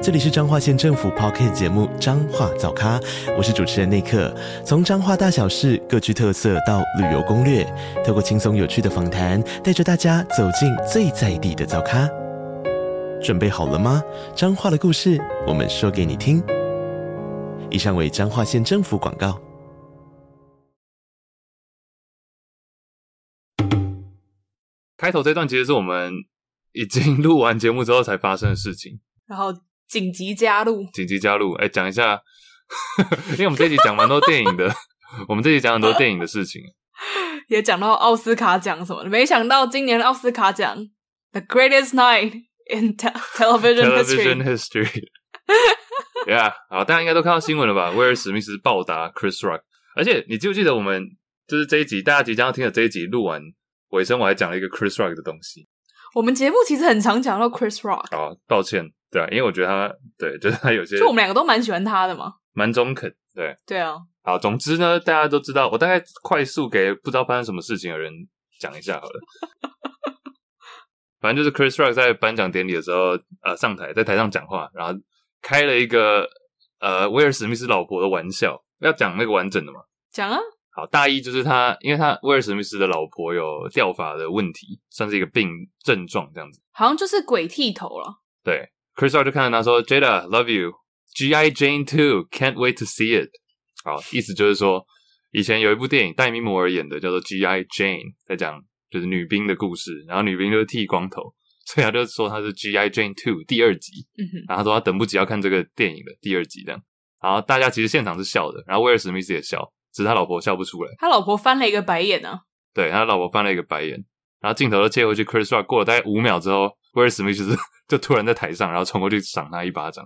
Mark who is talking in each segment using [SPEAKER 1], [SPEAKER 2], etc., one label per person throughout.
[SPEAKER 1] 这里是彰化县政府 p o c k t 节目《彰化早咖》，我是主持人内克。从彰化大小事各具特色到旅游攻略，透过轻松有趣的访谈，带着大家走进最在地的早咖。准备好了吗？彰化的故事，我们说给你听。以上为彰化县政府广告。
[SPEAKER 2] 开头这段其实是我们已经录完节目之后才发生的事情，
[SPEAKER 3] 然后紧急加入，
[SPEAKER 2] 紧急加入。哎，讲一下， 因为我们这一集讲蛮多电影的， 我们这一集讲很多电影的事 情。
[SPEAKER 3] 也讲到奥斯卡奖什么的。没想到今年的奥斯卡奖，The Greatest Night in te Television
[SPEAKER 2] Television
[SPEAKER 3] History，
[SPEAKER 2] history。yeah，好，大家应该都看到新闻了吧？威尔史密斯暴打 Chris Rock，而且你记不记得我们就是这一集大家即将要听的这一集录完尾声，我还讲了一个 Chris Rock 的东西。
[SPEAKER 3] 我们节目其实很常讲到 Chris Rock，
[SPEAKER 2] 好，抱歉，对、啊，因为我觉得他哦对，就是他有些
[SPEAKER 3] 就我们两个都蛮喜欢他的嘛。
[SPEAKER 2] 蛮中肯，对。
[SPEAKER 3] 对啊，
[SPEAKER 2] 好，总之呢，大家都知道，我大概快速给不知道发生什么事情的人讲一下好了。 反正就是 Chris Rock 在颁奖典礼的时候，呃，上台在台上讲话，然后开了一个呃威尔史密斯老婆的玩笑，要讲那个完整的嘛。
[SPEAKER 3] 讲啊，
[SPEAKER 2] 好，大意就是他，因为他威尔史密斯的老婆有掉发的问题，算是一个病症状这样子。
[SPEAKER 3] 好像就是鬼剃头了。
[SPEAKER 2] 对，Chris Rock 就看着他说：“Jada, love you. G.I. Jane too. Can't wait to see it.” 好，意思就是说，以前有一部电影，戴米摩尔演的，叫做《G.I. Jane》，在讲就是女兵的故事，然后女兵就是剃光头，所以他就说他是《G.I. Jane Two》第二集，
[SPEAKER 3] 嗯哼，
[SPEAKER 2] 然后他说他等不及要看这个电影的第二集这样。然后大家其实现场是笑的，然后威尔史密斯也笑，只是他老婆笑不出来，
[SPEAKER 3] 他老婆翻了一个白眼啊，
[SPEAKER 2] 对他老婆翻了一个白眼。然后镜头就切回去，Chris Rock 过了大概五秒之后，威尔史密斯 就突然在台上，然后冲过去赏他一巴掌。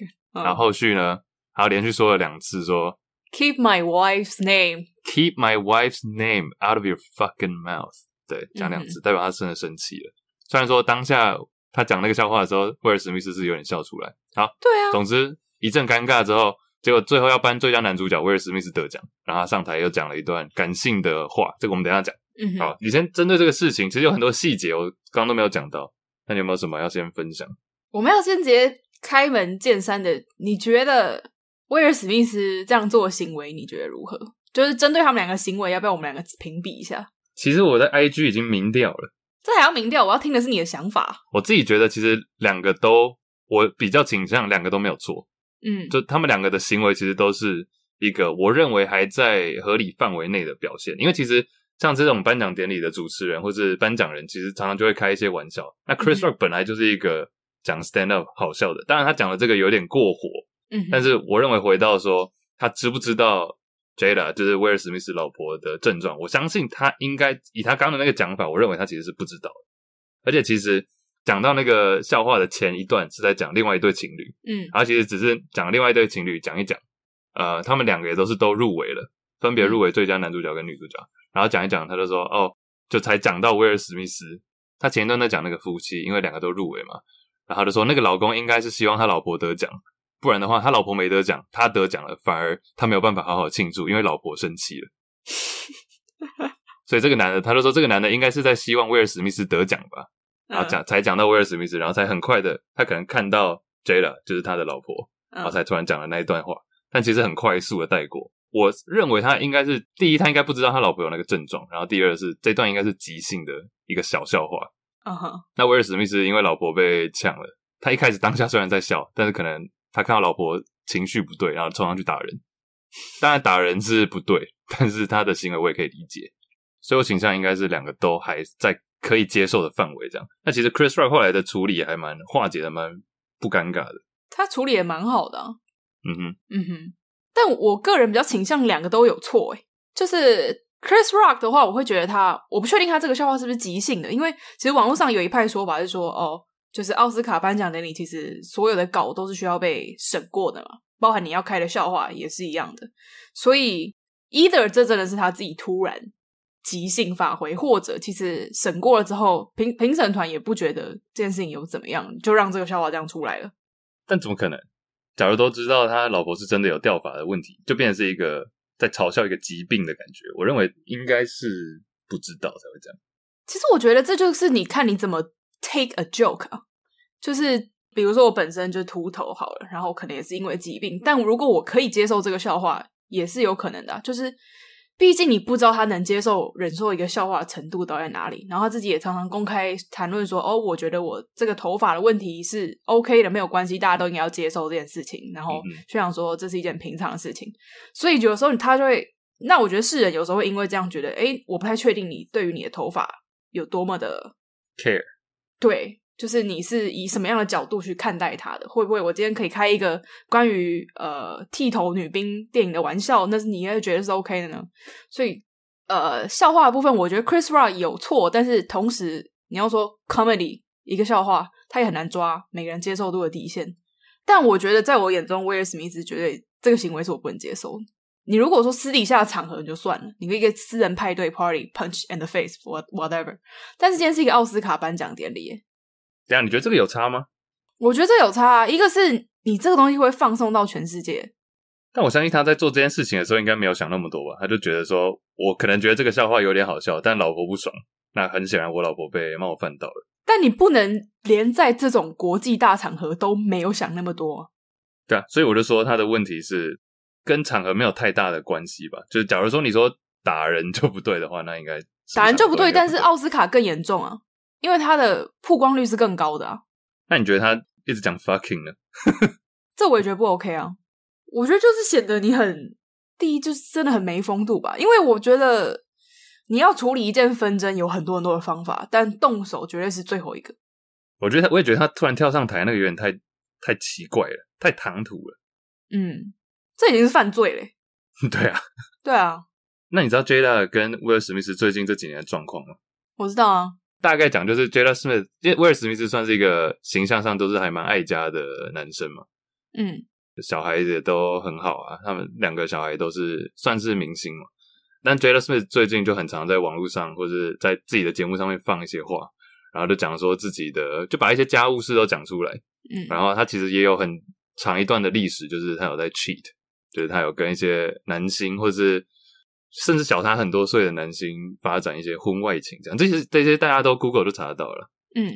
[SPEAKER 3] 嗯
[SPEAKER 2] 然后后续呢，他连续说了两次说
[SPEAKER 3] Keep my wife's name，
[SPEAKER 2] “Keep my wife's name out of your fucking mouth”，对，讲两次，代表他真的生气了。虽然说当下他讲那个笑话的时候，威尔史密斯是有点笑出来。好，
[SPEAKER 3] 对啊，
[SPEAKER 2] 总之一阵尴尬之后，结果最后要颁最佳男主角，威尔史密斯得奖，然后他上台又讲了一段感性的话，这个我们等一下讲。
[SPEAKER 3] 嗯哼，
[SPEAKER 2] 好，你先针对这个事情，其实有很多细节我刚刚都没有讲到，那你有没有什么要先分享？
[SPEAKER 3] 我们要先直接开门见山的，你觉得威尔史密斯这样做的行为，你觉得如何？就是针对他们两个行为，要不要我们两个评比一下？
[SPEAKER 2] 其实我在 IG 已经明掉了。
[SPEAKER 3] 这还要民调？我要听的是你的想法。
[SPEAKER 2] 我自己觉得，其实两个都，我比较倾向两个都没有错，
[SPEAKER 3] 嗯，
[SPEAKER 2] 就他们两个的行为其实都是一个我认为还在合理范围内的表现。因为其实像这种颁奖典礼的主持人或是颁奖人，其实常常就会开一些玩笑。那 Chris
[SPEAKER 3] 嗯
[SPEAKER 2] Rock 本来就是一个讲 stand up 好笑的，当然他讲的这个有点过火，
[SPEAKER 3] 嗯哼，
[SPEAKER 2] 但是我认为回到说他知不知道 Jada 就是威尔史密斯老婆的症状，我相信他应该以他刚刚的那个讲法，我认为他其实是不知道的。而且其实讲到那个笑话的前一段是在讲另外一对情侣，
[SPEAKER 3] 嗯
[SPEAKER 2] 然后其实只是讲另外一对情侣讲一讲，呃，他们两个也都是都入围了，分别入围最佳男主角跟女主角，然后讲一讲，他就说哦，就才讲到威尔史密斯，他前一段在讲那个夫妻，因为两个都入围嘛，然后他就说那个老公应该是希望他老婆得奖，不然的话他老婆没得奖，他得奖了，反而他没有办法好好庆祝，因为老婆生气了。 所以这个男的，他就说这个男的应该是在希望威尔史密斯得奖吧，然
[SPEAKER 3] 嗯
[SPEAKER 2] 后讲才讲到威尔史密斯，然后才很快的，他可能看到 Jada 就是他的老婆，
[SPEAKER 3] 嗯
[SPEAKER 2] 然后才突然讲了那一段话，但其实很快速的带过。我认为他应该是第一，他应该不知道他老婆有那个症状，然后第二是这段应该是即兴的一个小笑话。
[SPEAKER 3] 嗯哼，
[SPEAKER 2] 那威尔史密斯因为老婆被抢了，他一开始当下虽然在笑，但是可能他看到老婆情绪不对，然后冲上去打人。当然打人是不对，但是他的行为我也可以理解，所以我倾向应该是两个都还在可以接受的范围这样。那其实 Chris Rock 后来的处理也还蛮化解的，蛮不尴尬的。
[SPEAKER 3] 他处理也蛮好的啊、
[SPEAKER 2] 嗯哼，
[SPEAKER 3] 嗯哼，但我个人比较倾向两个都有错，诶，就是 Chris Rock 的话，我会觉得他，我不确定他这个笑话是不是即兴的，因为其实网络上有一派说法是说，哦，就是奥斯卡颁奖典礼其实所有的稿都是需要被审过的嘛，包含你要开的笑话也是一样的，所以 either 这真的是他自己突然即兴发挥，或者其实审过了之后，评评审团也不觉得这件事情有怎么样，就让这个笑话这样出来了。
[SPEAKER 2] 但怎么可能？假如都知道他老婆是真的有掉发的问题，就变成是一个在嘲笑一个疾病的感觉。我认为应该是不知道才会这样。
[SPEAKER 3] 其实我觉得这就是你看你怎么 take a joke 啊，就是比如说我本身就秃头好了，然后可能也是因为疾病，但如果我可以接受这个笑话，也是有可能的啊、就是毕竟你不知道他能接受忍受一个笑话的程度到底在哪里，然后他自己也常常公开谈论说，哦，我觉得我这个头发的问题是 OK 的，没有关系，大家都应该要接受这件事情，然后
[SPEAKER 2] 嗯哼
[SPEAKER 3] 宣扬说这是一件平常的事情，所以有时候他就会，那我觉得世人有时候会因为这样觉得，诶，我不太确定你对于你的头发有多么的
[SPEAKER 2] care
[SPEAKER 3] 对，就是你是以什么样的角度去看待它的？会不会我今天可以开一个关于呃剃头女兵电影的玩笑？那是你应该觉得是 OK 的呢？所以呃，笑话的部分，我觉得 Chris Rock 有错，但是同时你要说 comedy 一个笑话，他也很难抓每个人接受度的底线。但我觉得，在我眼中，威尔史密斯绝对这个行为是我不能接受的。你如果说私底下的场合就算了，你跟一个私人派对 party punch and the face what whatever，但是今天是一个奥斯卡颁奖典礼耶，
[SPEAKER 2] 这样你觉得这个有差吗？
[SPEAKER 3] 我觉得这有差、啊。一个是你这个东西会放送到全世界，
[SPEAKER 2] 但我相信他在做这件事情的时候，应该没有想那么多吧？他就觉得说，我可能觉得这个笑话有点好笑，但老婆不爽。那很显然，我老婆被冒犯到了。
[SPEAKER 3] 但你不能连在这种国际大场合都没有想那么多啊、
[SPEAKER 2] 对啊，所以我就说他的问题是跟场合没有太大的关系吧。就是假如说你说打人就不对的话，那应该是
[SPEAKER 3] 打人就不
[SPEAKER 2] 场合
[SPEAKER 3] 对，
[SPEAKER 2] 应该
[SPEAKER 3] 但是哦奥斯卡更严重啊，因为它的曝光率是更高的啊，
[SPEAKER 2] 那你觉得他一直讲 fucking 呢？
[SPEAKER 3] 这我也觉得不 OK 啊。我觉得就是显得你很第一就是真的很没风度吧，因为我觉得你要处理一件纷争有很多很多的方法，但动手绝对是最后一个。
[SPEAKER 2] 我觉得他，我也觉得他突然跳上台那个有点太太奇怪了，太唐突了。
[SPEAKER 3] 嗯，这已经是犯罪嘞。
[SPEAKER 2] 对啊，
[SPEAKER 3] 对啊，
[SPEAKER 2] 那你知道 Jada 跟威尔史密斯最近这几年的状况吗？
[SPEAKER 3] 我知道啊。
[SPEAKER 2] 大概讲就是 Jada Smith，因为威尔史密斯算是一个形象上都是还蛮爱家的男生嘛，
[SPEAKER 3] 嗯
[SPEAKER 2] 小孩子都很好啊，他们两个小孩都是算是明星嘛。但 Jada Smith 最近就很常在网络上或是在自己的节目上面放一些话，然后就讲说自己的，就把一些家务事都讲出来。
[SPEAKER 3] 嗯，
[SPEAKER 2] 然后他其实也有很长一段的历史，就是他有在 cheat，就是他有跟一些男星或是甚至小他很多岁的男星发展一些婚外情，这样这些这些大家都 Google 都查得到了。
[SPEAKER 3] 嗯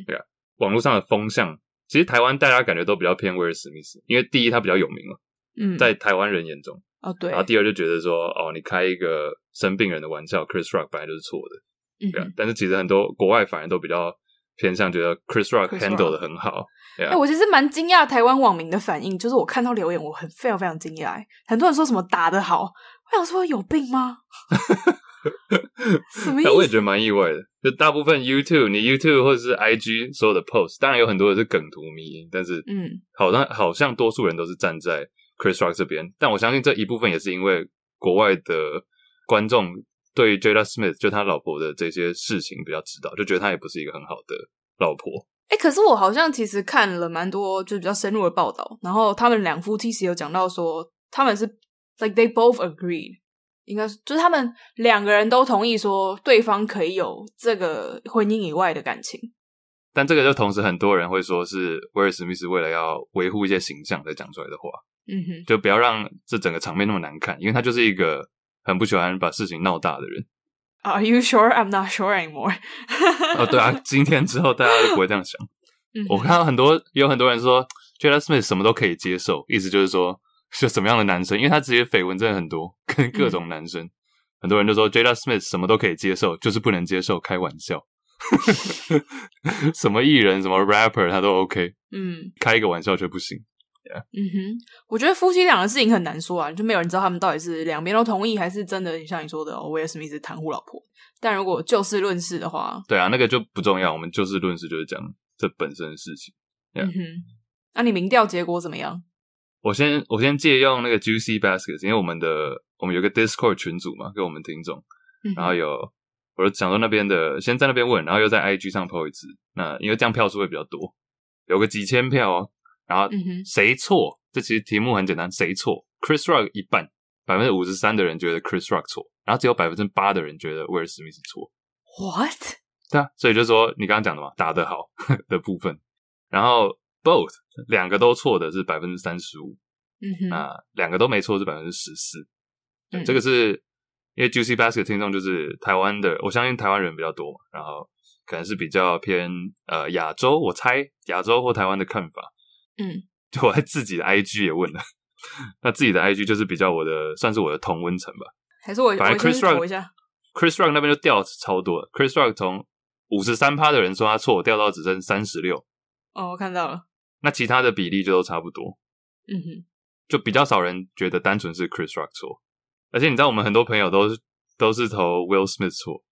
[SPEAKER 2] 网络上的风向，其实台湾大家感觉都比较偏威尔史密斯，因为第一他比较有名嘛，
[SPEAKER 3] 嗯，
[SPEAKER 2] 在台湾人眼中，
[SPEAKER 3] 哦对，
[SPEAKER 2] 然后第二就觉得说，哦，你开一个生病人的玩笑，Chris Rock 本来就是错的，
[SPEAKER 3] 嗯
[SPEAKER 2] 对啊
[SPEAKER 3] 哼，。
[SPEAKER 2] 但是其实很多国外反而都比较偏向觉得 Chris Rock
[SPEAKER 3] Chris
[SPEAKER 2] handle
[SPEAKER 3] Rock
[SPEAKER 2] 的很好，对
[SPEAKER 3] 哎、
[SPEAKER 2] 啊
[SPEAKER 3] 我其实蛮惊讶台湾网民的反应，就是我看到留言，我很非常非常惊讶、哎很多人说什么打得好，我想说有病吗？ 什么 意
[SPEAKER 2] 但我也觉
[SPEAKER 3] 思？
[SPEAKER 2] 得蛮意外的，就大部分 YouTube、你 YouTube 或者是 IG 所有的 post，当然有很多的是梗图迷因，但是
[SPEAKER 3] 嗯，
[SPEAKER 2] 好像好像多数人都是站在 Chris Rock 这边，但我相信这一部分也是因为国外的观众对于 Jada Smith 就他老婆的这些事情比较知道，就觉得她也不是一个很好的老婆。
[SPEAKER 3] 哎、可是我好像其实看了蛮多，就是比较深入的报道，然后他们两夫妻其实有讲到说，他们是 like they both agreed，应该是就是他们两个人都同意说对方可以有这个婚姻以外的感情。
[SPEAKER 2] 但这个就同时很多人会说是威尔史密斯为了要维护一些形象才讲出来的话，
[SPEAKER 3] 嗯哼，
[SPEAKER 2] 就不要让这整个场面那么难看，因为他就是一个很不喜欢把事情闹大的人。
[SPEAKER 3] Are you sure? I'm not sure anymore
[SPEAKER 2] 哦，对啊，今天之后大家就不会这样想。
[SPEAKER 3] 嗯哼。
[SPEAKER 2] 我看到很多有很多人说 Jada Smith 什么都可以接受，意思就是说就什么样的男生，因为他自己的绯闻真的很多，跟各种男生，很多人就说 Jada Smith 什么都可以接受，就是不能接受开玩笑。 什么艺人、什么 rapper 他都 OK，
[SPEAKER 3] 嗯
[SPEAKER 2] 开一个玩笑却不行。
[SPEAKER 3] 嗯哼，我觉得夫妻俩的事情很难说啊，就没有人知道他们到底是两边都同意，还是真的像你说的，哦，威尔史密斯袒护老婆。但如果就事论事的话，
[SPEAKER 2] 对啊，那个就不重要，我们就事论事，就是讲这本身的事情。Yeah
[SPEAKER 3] 嗯哼，那、你民调结果怎么样？
[SPEAKER 2] 我先我先借用那个 Juicy Baskets，因为我们的我们有个 Discord 群组嘛，给我们听众，
[SPEAKER 3] 嗯哼
[SPEAKER 2] 然后有我就想说那边的先在那边问，然后又在 IG 上 PO 一次，那因为这样票数会比较多，有个几千票哦。然后
[SPEAKER 3] 嗯哼
[SPEAKER 2] 谁错？这其实题目很简单，谁错？Chris Rock 一半百分之五十三的人觉得 Chris Rock 错，然后只有百分之八的人觉得威尔史密斯错。
[SPEAKER 3] What？
[SPEAKER 2] 对啊，所以就说你刚刚讲的嘛，打得好 的部分，然后 both 两个都错的是百分之三十五，
[SPEAKER 3] 嗯哼，
[SPEAKER 2] 啊，两个都没错是百分之十四。对
[SPEAKER 3] 嗯
[SPEAKER 2] 这个是因为 Juicy Basket 听众就是台湾的，我相信台湾人比较多嘛，然后可能是比较偏呃亚洲，我猜亚洲或台湾的看法。
[SPEAKER 3] 嗯，
[SPEAKER 2] 就我在自己的 IG 也问了，那自己的 IG 就是比较我的，算是我的同温层吧。
[SPEAKER 3] 还是我哎我
[SPEAKER 2] 反正
[SPEAKER 3] 先
[SPEAKER 2] Chris
[SPEAKER 3] 去
[SPEAKER 2] Rock
[SPEAKER 3] 投一下。
[SPEAKER 2] Chris Rock 那边就掉超多了，Chris Rock 从五十三趴的人说他错，掉到只剩三十六，
[SPEAKER 3] 哦，我看到了，
[SPEAKER 2] 那其他的比例就都差不多，
[SPEAKER 3] 嗯哼，
[SPEAKER 2] 就比较少人觉得单纯是 Chris Rock 错，而且你知道我们很多朋友都是都是投 Will Smith 错，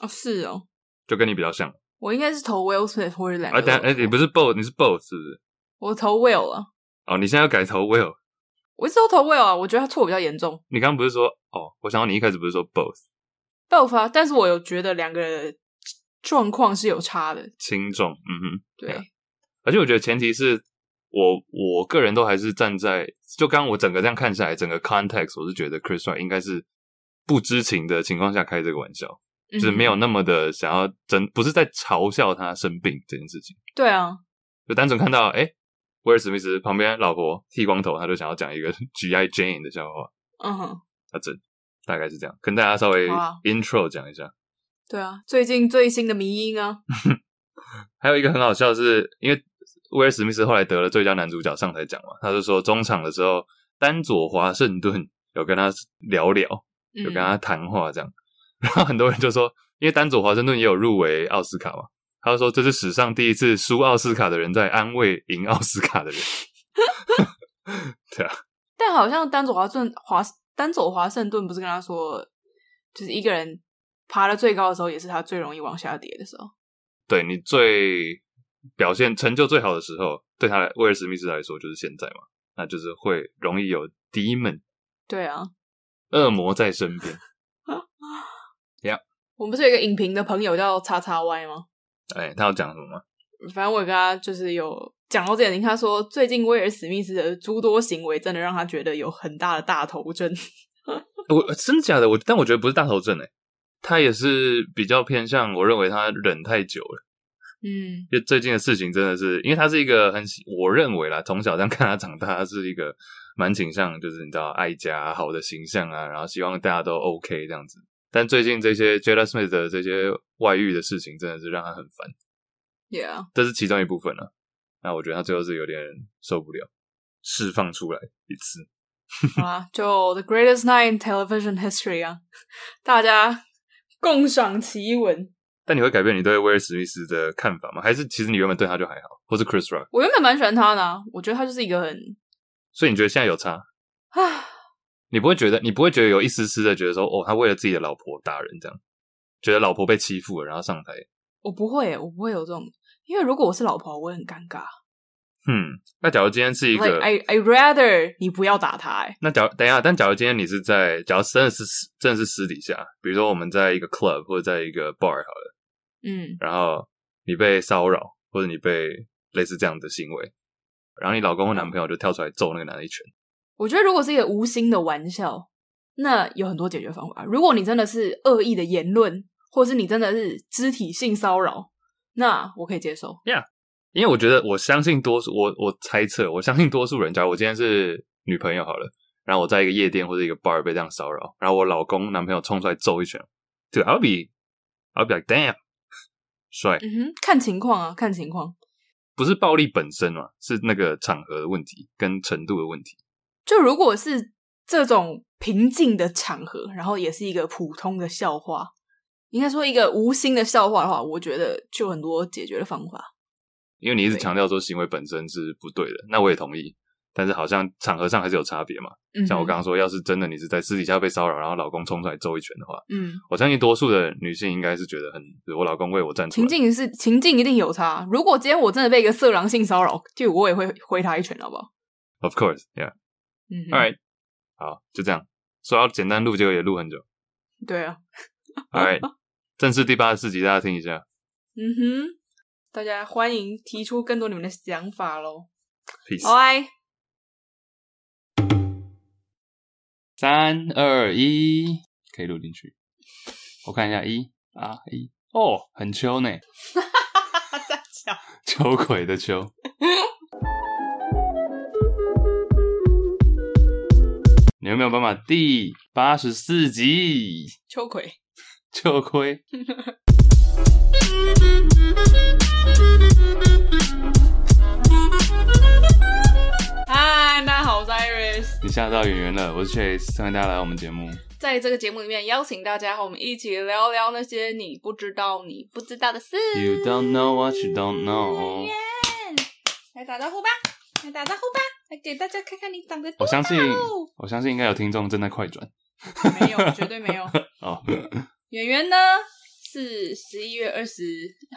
[SPEAKER 3] 哦是哦，
[SPEAKER 2] 就跟你比较像。
[SPEAKER 3] 我应该是投 Will Smith 或者两
[SPEAKER 2] 啊，
[SPEAKER 3] 个都
[SPEAKER 2] 等
[SPEAKER 3] 有
[SPEAKER 2] 下，
[SPEAKER 3] 投。
[SPEAKER 2] 哎、你不是 both，你是 both 是不是？
[SPEAKER 3] 我投 Will 了，
[SPEAKER 2] 哦，你现在要改投 Will，
[SPEAKER 3] 我一直都投 Will 啊，我觉得他错比较严重。
[SPEAKER 2] 你刚刚不是说哦？我想到你一开始不是说 both
[SPEAKER 3] 爆发，但是我有觉得两个人的状况是有差的，
[SPEAKER 2] 轻重，嗯哼。
[SPEAKER 3] 对
[SPEAKER 2] Yeah. 而且我觉得前提是我我个人都还是站在，就刚刚我整个这样看下来，整个 context 我是觉得 Chris Rock 应该是不知情的情况下开这个玩笑，
[SPEAKER 3] 嗯
[SPEAKER 2] 就是没有那么的想要真，不是在嘲笑他生病这件事情，
[SPEAKER 3] 对啊，
[SPEAKER 2] 就单纯看到哎。诶威尔史密斯旁边老婆剃光头，他就想要讲一个 G.I. Jane 的笑话，
[SPEAKER 3] 嗯哼，
[SPEAKER 2] 啊，这大概是这样，跟大家稍微
[SPEAKER 3] 好啊
[SPEAKER 2] intro 讲一下。
[SPEAKER 3] 对啊，最近最新的迷音啊，
[SPEAKER 2] 还有一个很好笑的是，因为威尔史密斯后来得了最佳男主角上台讲嘛，他就说中场的时候，丹佐华盛顿有跟他聊聊，有跟
[SPEAKER 3] 嗯
[SPEAKER 2] 他谈话这样， 然后很多人就说，因为丹佐华盛顿也有入围奥斯卡嘛，他就说这是史上第一次输奥斯卡的人在安慰赢奥斯卡的人，
[SPEAKER 3] 但好像丹佐华盛华丹佐华盛顿不是跟他说，就是一个人爬到最高的时候，也是他最容易往下跌的时候。
[SPEAKER 2] 对你最表现成就最好的时候，对他来威尔史密斯来说就是现在嘛，那就是会容易有 demon
[SPEAKER 3] 对啊，
[SPEAKER 2] 恶魔在身边。
[SPEAKER 3] 我们不是有一个影评的朋友叫叉叉 Y 吗？
[SPEAKER 2] 哎、他要讲什么吗？
[SPEAKER 3] 反正我也跟他就是有讲到这点，他说最近威尔史密斯的诸多行为真的让他觉得有很大的大头症。
[SPEAKER 2] 我真的假的？我但我觉得不是大头症哎、他也是比较偏向，我认为他忍太久了。
[SPEAKER 3] 嗯
[SPEAKER 2] 因为最近的事情真的是，因为他是一个很喜，我认为啦，从小这样看他长大，他是一个蛮倾向，就是你知道爱家啊、好的形象啊，然后希望大家都 OK 这样子。但最近这些 Jada Smith 的这些外遇的事情，真的是让他很烦，
[SPEAKER 3] ，Yeah，
[SPEAKER 2] 这是其中一部分了、那我觉得他最后是有点受不了，释放出来一次。
[SPEAKER 3] 好啦，就 The Greatest Night in Television History 啊，大家共赏奇闻。
[SPEAKER 2] 但你会改变你对威尔史密斯的看法吗？还是其实你原本对他就还好，或是 Chris Rock？
[SPEAKER 3] 我原本蛮喜欢他的、啊，我觉得他就是一个很
[SPEAKER 2] 所以你觉得现在有差？
[SPEAKER 3] 啊，
[SPEAKER 2] 你不会觉得你不会觉得有一丝丝的觉得说，哦，他为了自己的老婆打人这样，觉得老婆被欺负了，然后上台，
[SPEAKER 3] 我不会，我不会有这种，因为如果我是老婆，我会很尴尬。
[SPEAKER 2] 嗯。那假如今天是一
[SPEAKER 3] Like
[SPEAKER 2] 个，
[SPEAKER 3] I I rather 你不要打他、欸，
[SPEAKER 2] 那假如等一下，但假如今天你是在，假如真的是私真的是私底下，比如说我们在一个 club 或者在一个 bar 好了，
[SPEAKER 3] 嗯，
[SPEAKER 2] 然后你被骚扰或者你被类似这样的行为，然后你老公或男朋友就跳出来揍那个男的一拳，
[SPEAKER 3] 我觉得如果是一个无心的玩笑，那有很多解决方法。如果你真的是恶意的言论，或是你真的是肢体性骚扰，那我可以接受。
[SPEAKER 2] 因为我觉得，我相信多数，我我猜测，我相信多数人，假如我今天是女朋友好了，然后我在一个夜店或者一个 bar 被这样骚扰，然后我老公、男朋友冲出来揍一拳，Dude, I'll be, I'll be like damn，帅，
[SPEAKER 3] 嗯哼，看情况啊，看情况。
[SPEAKER 2] 不是暴力本身嘛，是那个场合的问题跟程度的问题。
[SPEAKER 3] 就如果是这种平静的场合，然后也是一个普通的笑话，应该说一个无心的笑话的话，我觉得就很多解决的方法。
[SPEAKER 2] 因为你一直强调说行为本身是不对的，那我也同意，但是好像场合上还是有差别嘛。
[SPEAKER 3] 嗯，
[SPEAKER 2] 像我刚，刚说，要是真的你是在私底下被骚扰，然后老公冲出来揍一拳的话，
[SPEAKER 3] 嗯，
[SPEAKER 2] 我相信多数的女性应该是觉得很，我老公为我站出来
[SPEAKER 3] 情。境是情境一定有差。如果今天我真的被一个色狼性骚扰，就我也会回他一拳，好不好？
[SPEAKER 2] Of course, yeah.
[SPEAKER 3] 嗯哼
[SPEAKER 2] All right，、好，就这样。说要简单录，结果也录 很久。
[SPEAKER 3] 对啊，
[SPEAKER 2] All right，正式第八十四集，大家听一下。
[SPEAKER 3] 嗯哼，大家欢迎提出更多你们的想法喽。
[SPEAKER 2] Peace。
[SPEAKER 3] 好哎。
[SPEAKER 2] 三二一，可以录进去。我看一下，一啊一哦，很秋呢，
[SPEAKER 3] 在讲
[SPEAKER 2] 秋鬼的 秋。你有没有办法？第八十四集，
[SPEAKER 3] 秋葵，
[SPEAKER 2] 秋葵。
[SPEAKER 3] 嗨，大家好，我是 Iris，
[SPEAKER 2] 你吓到演员了，我是 Chase，欢迎大家来到我们节目。
[SPEAKER 3] 在这个节目里面邀请大家和我们一起聊聊那些你不知道、你不知道的事。
[SPEAKER 2] You don't know what you don't know。
[SPEAKER 3] 来打招呼吧，来打招呼吧，来给大家看看你长得
[SPEAKER 2] 我
[SPEAKER 3] 多
[SPEAKER 2] 相信
[SPEAKER 3] 高。，
[SPEAKER 2] 我相信应该有听众正在快转
[SPEAKER 3] 没有，绝 对没有。
[SPEAKER 2] 哦。
[SPEAKER 3] 演员呢是十一月二十，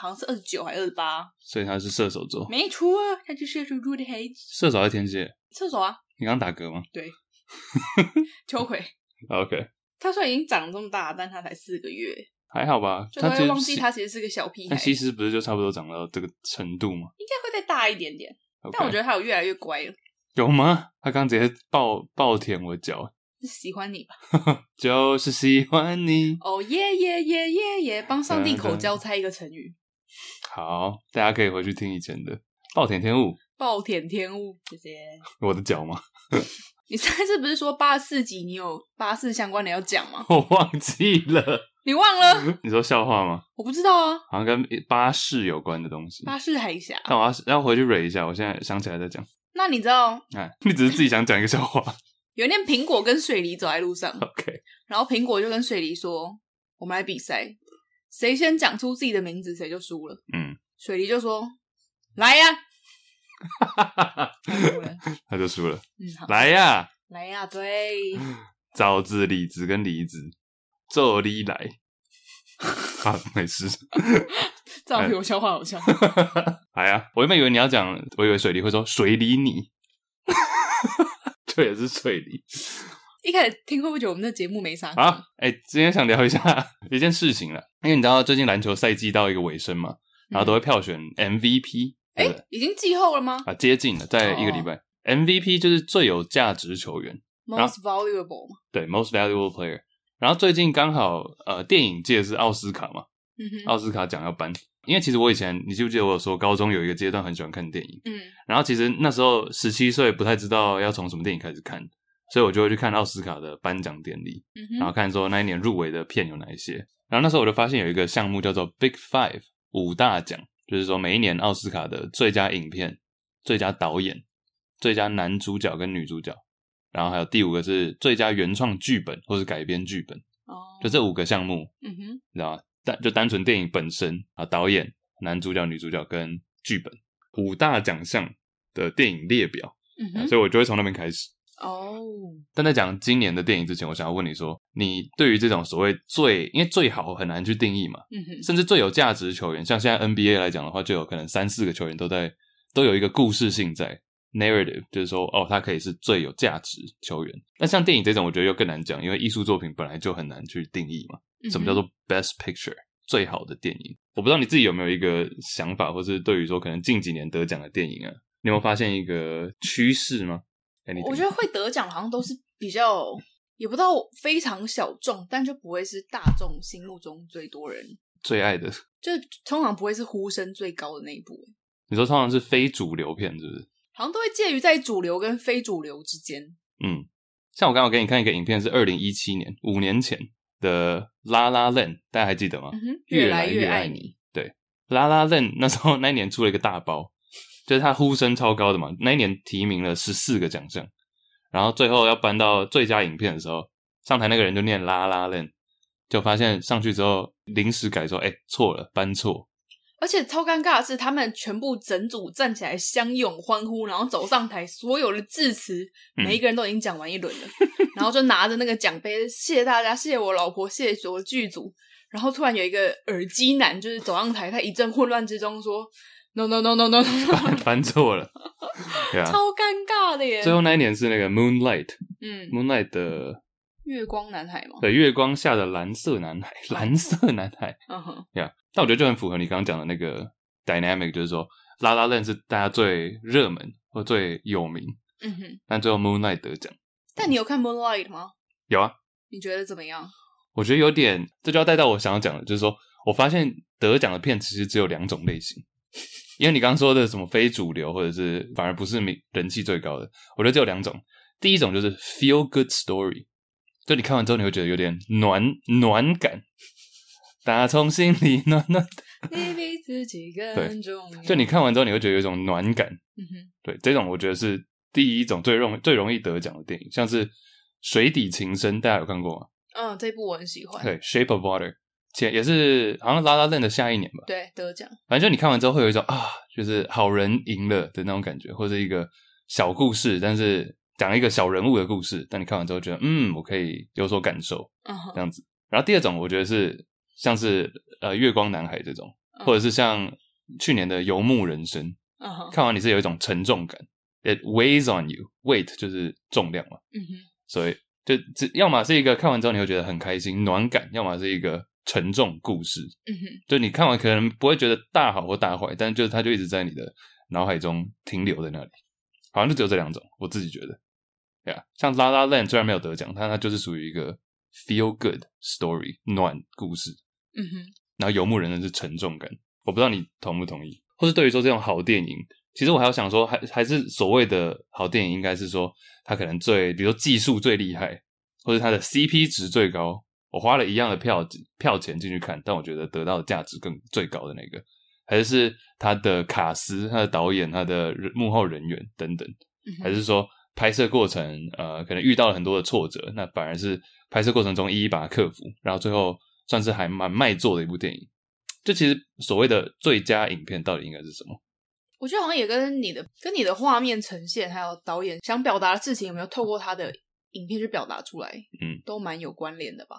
[SPEAKER 3] 好像是二十九还是二十八？
[SPEAKER 2] 所以他是射手座，
[SPEAKER 3] 没错，他是射手座的孩子。
[SPEAKER 2] 射手还是天蝎？
[SPEAKER 3] 射手啊，
[SPEAKER 2] 你刚刚打嗝吗哦
[SPEAKER 3] 秋葵，
[SPEAKER 2] ？OK，
[SPEAKER 3] 他虽然已经长这么大，但他才四个月，
[SPEAKER 2] 还好吧。
[SPEAKER 3] 就他
[SPEAKER 2] 其
[SPEAKER 3] 会
[SPEAKER 2] 实
[SPEAKER 3] 忘记他其实是个小屁孩，
[SPEAKER 2] 但
[SPEAKER 3] 应
[SPEAKER 2] 西施不是就差不多长到这个程度吗
[SPEAKER 3] 该会再大一点点。
[SPEAKER 2] ？OK，
[SPEAKER 3] 但我觉得他有越来越乖了，
[SPEAKER 2] 有吗？他刚直接抱抱舔我脚，
[SPEAKER 3] 是喜欢你吧？
[SPEAKER 2] 就是喜欢你。
[SPEAKER 3] 哦耶耶耶耶耶！帮上帝口交猜一个成
[SPEAKER 2] 啊
[SPEAKER 3] 语，
[SPEAKER 2] 好，大家可以回去听以前的暴殄天物，
[SPEAKER 3] 暴殄天物。谢谢。
[SPEAKER 2] 我的脚吗？
[SPEAKER 3] 你上一次不是说八四集你有八四相关的要讲 吗？
[SPEAKER 2] 我忘记了。
[SPEAKER 3] 你忘了？
[SPEAKER 2] 你说笑话吗？
[SPEAKER 3] 我不知道啊。
[SPEAKER 2] 好像跟巴士有关的东西。
[SPEAKER 3] 巴士海峡。
[SPEAKER 2] 但我要要回去蕊一下，我现在想起来再讲。
[SPEAKER 3] 那你知道
[SPEAKER 2] 哎， 你只是自己想讲一个笑话。
[SPEAKER 3] 有一天苹果跟水梨走在路上，
[SPEAKER 2] OK，
[SPEAKER 3] 然后苹果就跟水梨说：“我们来比赛，谁先讲出自己的名字，谁就输了。”
[SPEAKER 2] 嗯，
[SPEAKER 3] 水梨就说：“来呀、太多了
[SPEAKER 2] 他就输了。
[SPEAKER 3] 嗯，好，
[SPEAKER 2] 来呀，
[SPEAKER 3] 来呀、对，
[SPEAKER 2] 枣子、李子跟梨子，做梨来。 好，没事。
[SPEAKER 3] 这样比我消化 好笑。
[SPEAKER 2] 来呀，我原本以为你要讲，我以为水梨会说水梨 你，这也是水梨
[SPEAKER 3] 一开始听会不会觉得我们的节目没啥？
[SPEAKER 2] 啊。哎、今天想聊一下一件事情了，因为你知道最近篮球赛季到一个尾声嘛，然后都会票选 MVP，、
[SPEAKER 3] 哎、
[SPEAKER 2] 对不对？
[SPEAKER 3] 已经季后了吗
[SPEAKER 2] 啊，接近了，在一个礼拜、MVP 就是最有价值球员。
[SPEAKER 3] ？Most valuable 嘛。
[SPEAKER 2] 对，Most Valuable Player。然后最近刚好呃，电影界是奥斯卡嘛，
[SPEAKER 3] 嗯哼，
[SPEAKER 2] 奥斯卡奖要颁。因为其实我以前，你记不记得我有说，高中有一个阶段很喜欢看电影，
[SPEAKER 3] 嗯
[SPEAKER 2] 然后其实那时候十七岁不太知道要从什么电影开始看，所以我就会去看奥斯卡的颁奖典礼，
[SPEAKER 3] 嗯
[SPEAKER 2] 然
[SPEAKER 3] 哼，
[SPEAKER 2] 后看说那一年入围的片有哪一些。然后那时候我就发现有一个项目叫做 Big Five 五大奖，就是说每一年奥斯卡的最佳影片、最佳导演、最佳男主角跟女主角，然后还有第五个是最佳原创剧本或是改编剧本，
[SPEAKER 3] 哦，
[SPEAKER 2] 就这五个项目，
[SPEAKER 3] 嗯哼，
[SPEAKER 2] 你知道吗？单就单纯电影本身啊，导演、男主角、女主角跟剧本五大奖项的电影列表，
[SPEAKER 3] 嗯
[SPEAKER 2] 啊
[SPEAKER 3] 哼，
[SPEAKER 2] 所以我就会从那边开始。
[SPEAKER 3] 哦，
[SPEAKER 2] 但在讲今年的电影之前，我想要问你说，你对于这种所谓最，因为最好很难去定义嘛，
[SPEAKER 3] 嗯哼，
[SPEAKER 2] 甚至最有价值的球员，像现在 NBA 来讲的话，就有可能三四个球员都在都有一个故事性在 narrative，就是说哦，他可以是最有价值球员。那像电影这种，我觉得又更难讲，因为艺术作品本来就很难去定义嘛。
[SPEAKER 3] 嗯
[SPEAKER 2] 什么叫做 best picture 最好的电影？我不知道你自己有没有一个想法，或是对于说可能近几年得奖的电影啊，你有没有发现一个趋势吗？哎，你
[SPEAKER 3] 我觉得会得奖好像都是比较，也不到非常小众，但就不会是大众心目中最多人，
[SPEAKER 2] 最爱的，
[SPEAKER 3] 就是通常不会是呼声最高的那一部，
[SPEAKER 2] 你说通常是非主流片，是不是？
[SPEAKER 3] 好像都会介于在主流跟非主流之间。
[SPEAKER 2] 嗯，像我刚好给你看一个影片，是二零一七年五年前的《La La Land》，大家还记得吗？
[SPEAKER 3] 嗯哼，
[SPEAKER 2] 来
[SPEAKER 3] 来
[SPEAKER 2] 越
[SPEAKER 3] 越
[SPEAKER 2] 爱
[SPEAKER 3] 你，。
[SPEAKER 2] 对，《La La Land》那时候那一年出了一个大包，就是他呼声超高的嘛，那一年提名了十四个奖项，然后最后要颁到最佳影片的时候，上台那个人就念《La La Land》，就发现上去之后临时改说，哎、错了，颁错。
[SPEAKER 3] 而且超尴尬的是，他们全部整组站起来相拥欢呼，然后走上台，所有的致辞，
[SPEAKER 2] 嗯
[SPEAKER 3] 每一个人都已经讲完一轮了，然后就拿着那个奖杯，谢谢大家，谢谢我老婆，谢谢我的剧组。然后突然有一个耳机男，就是走上台，他一阵混乱之中说：“No No No No No No，
[SPEAKER 2] 颁颁错了，对啊。
[SPEAKER 3] 超尴尬的耶。”
[SPEAKER 2] 最后那一年是那个 Moonlight，Moonlight
[SPEAKER 3] 嗯，
[SPEAKER 2] 的
[SPEAKER 3] 月光男孩嘛，
[SPEAKER 2] 对，月光下的蓝色男孩， 蓝色男孩
[SPEAKER 3] 嗯哼，
[SPEAKER 2] 呀。Yeah，但我觉得就很符合你刚刚讲的那个 dynamic，就是说拉拉链是大家最热门或最有名，
[SPEAKER 3] 嗯哼。
[SPEAKER 2] 但最后 Moonlight 得奖。
[SPEAKER 3] 但你有看 Moonlight 吗？
[SPEAKER 2] 有啊，
[SPEAKER 3] 你觉得怎 么样？
[SPEAKER 2] 我觉得有点，这就要带到我想要讲的，就是说我发现得奖的片其实只有两种类型，因为你刚刚说的什么非主流，或者是反而不是名人气最高的，我觉得只有两种。第一种就是 feel good story，就你看完之后你会觉得有点暖暖感， 打从心里暖暖。
[SPEAKER 3] 你比自己更重要。
[SPEAKER 2] 就你看完之后你会觉得有一种暖感，
[SPEAKER 3] 嗯哼，
[SPEAKER 2] 对，这种我觉得是第一种最容最容易得奖的电影，像是《水底情深》，大家有看过吗？
[SPEAKER 3] 嗯，这部我很喜欢。
[SPEAKER 2] 对，《Shape of Water》，且也是好像《拉拉 land》的下一年吧。
[SPEAKER 3] 对，得奖。
[SPEAKER 2] 反正就你看完之后会有一种啊，就是好人赢了的那种感觉，或者一个小故事，但是讲一个小人物的故事，但你看完之后觉得嗯，我可以有所感受
[SPEAKER 3] 嗯
[SPEAKER 2] 这
[SPEAKER 3] 哼，
[SPEAKER 2] 样子。然后第二种我觉得是像是呃《月光男孩》这种，
[SPEAKER 3] 嗯
[SPEAKER 2] 或者是像去年的《游牧人生》，
[SPEAKER 3] 嗯哼，
[SPEAKER 2] 看完你是有一种沉重感，it weighs on you，weight 就是重量嘛，
[SPEAKER 3] 嗯哼，
[SPEAKER 2] 所以就只要么是一个看完之后你会觉得很开心暖感，要么是一个沉重故事，
[SPEAKER 3] 嗯哼，
[SPEAKER 2] 就你看完可能不会觉得大好或大坏，但就是它就一直在你的脑海中停留在那里，好像就只有这两种，我自己觉得，对啊，像《La La Land》虽然没有得奖，但它就是属于一个 feel good story 暖故事，
[SPEAKER 3] 嗯哼，
[SPEAKER 2] 然后游牧人呢是沉重感，我不知道你同不同意，或是对于说这种好电影，其实我还要想说，还还是所谓的好电影，应该是说它可能最，比如说技术最厉害，或者它的 CP 值最高。我花了一样的票票钱进去看，但我觉得得到的价值更最高的那个，还是它的卡司、它的导演、它的人幕后人员等等。
[SPEAKER 3] 嗯哼
[SPEAKER 2] 还是说拍摄过程呃可能遇到了很多的挫折，那反而是拍摄过程中一一把它克服，然后最后算是还蛮卖座的一部电影。这其实所谓的最佳影片到底应该是什么？
[SPEAKER 3] 我觉得好像也跟你的跟你的画面呈现，还有导演想表达的事情有没有透过他的影片去表达出来，
[SPEAKER 2] 嗯，
[SPEAKER 3] 都蛮有关联的吧。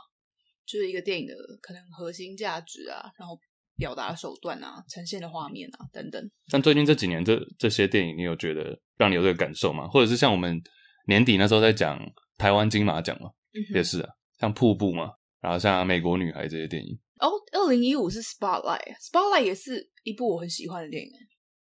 [SPEAKER 3] 就是一个电影的可能核心价值啊，然后表达的手段啊，呈现的画面啊等等。
[SPEAKER 2] 但最近这几年这这些电影，你有觉得让你有这个感受吗？或者是像我们年底那时候在讲台湾金马奖嘛，
[SPEAKER 3] 嗯
[SPEAKER 2] 也
[SPEAKER 3] 哼，
[SPEAKER 2] 是啊，像瀑布嘛，然后像美国女孩这些电影，
[SPEAKER 3] 哦，二零一五是 Spotlight，Spotlight 也是一部我很喜欢的电影。欸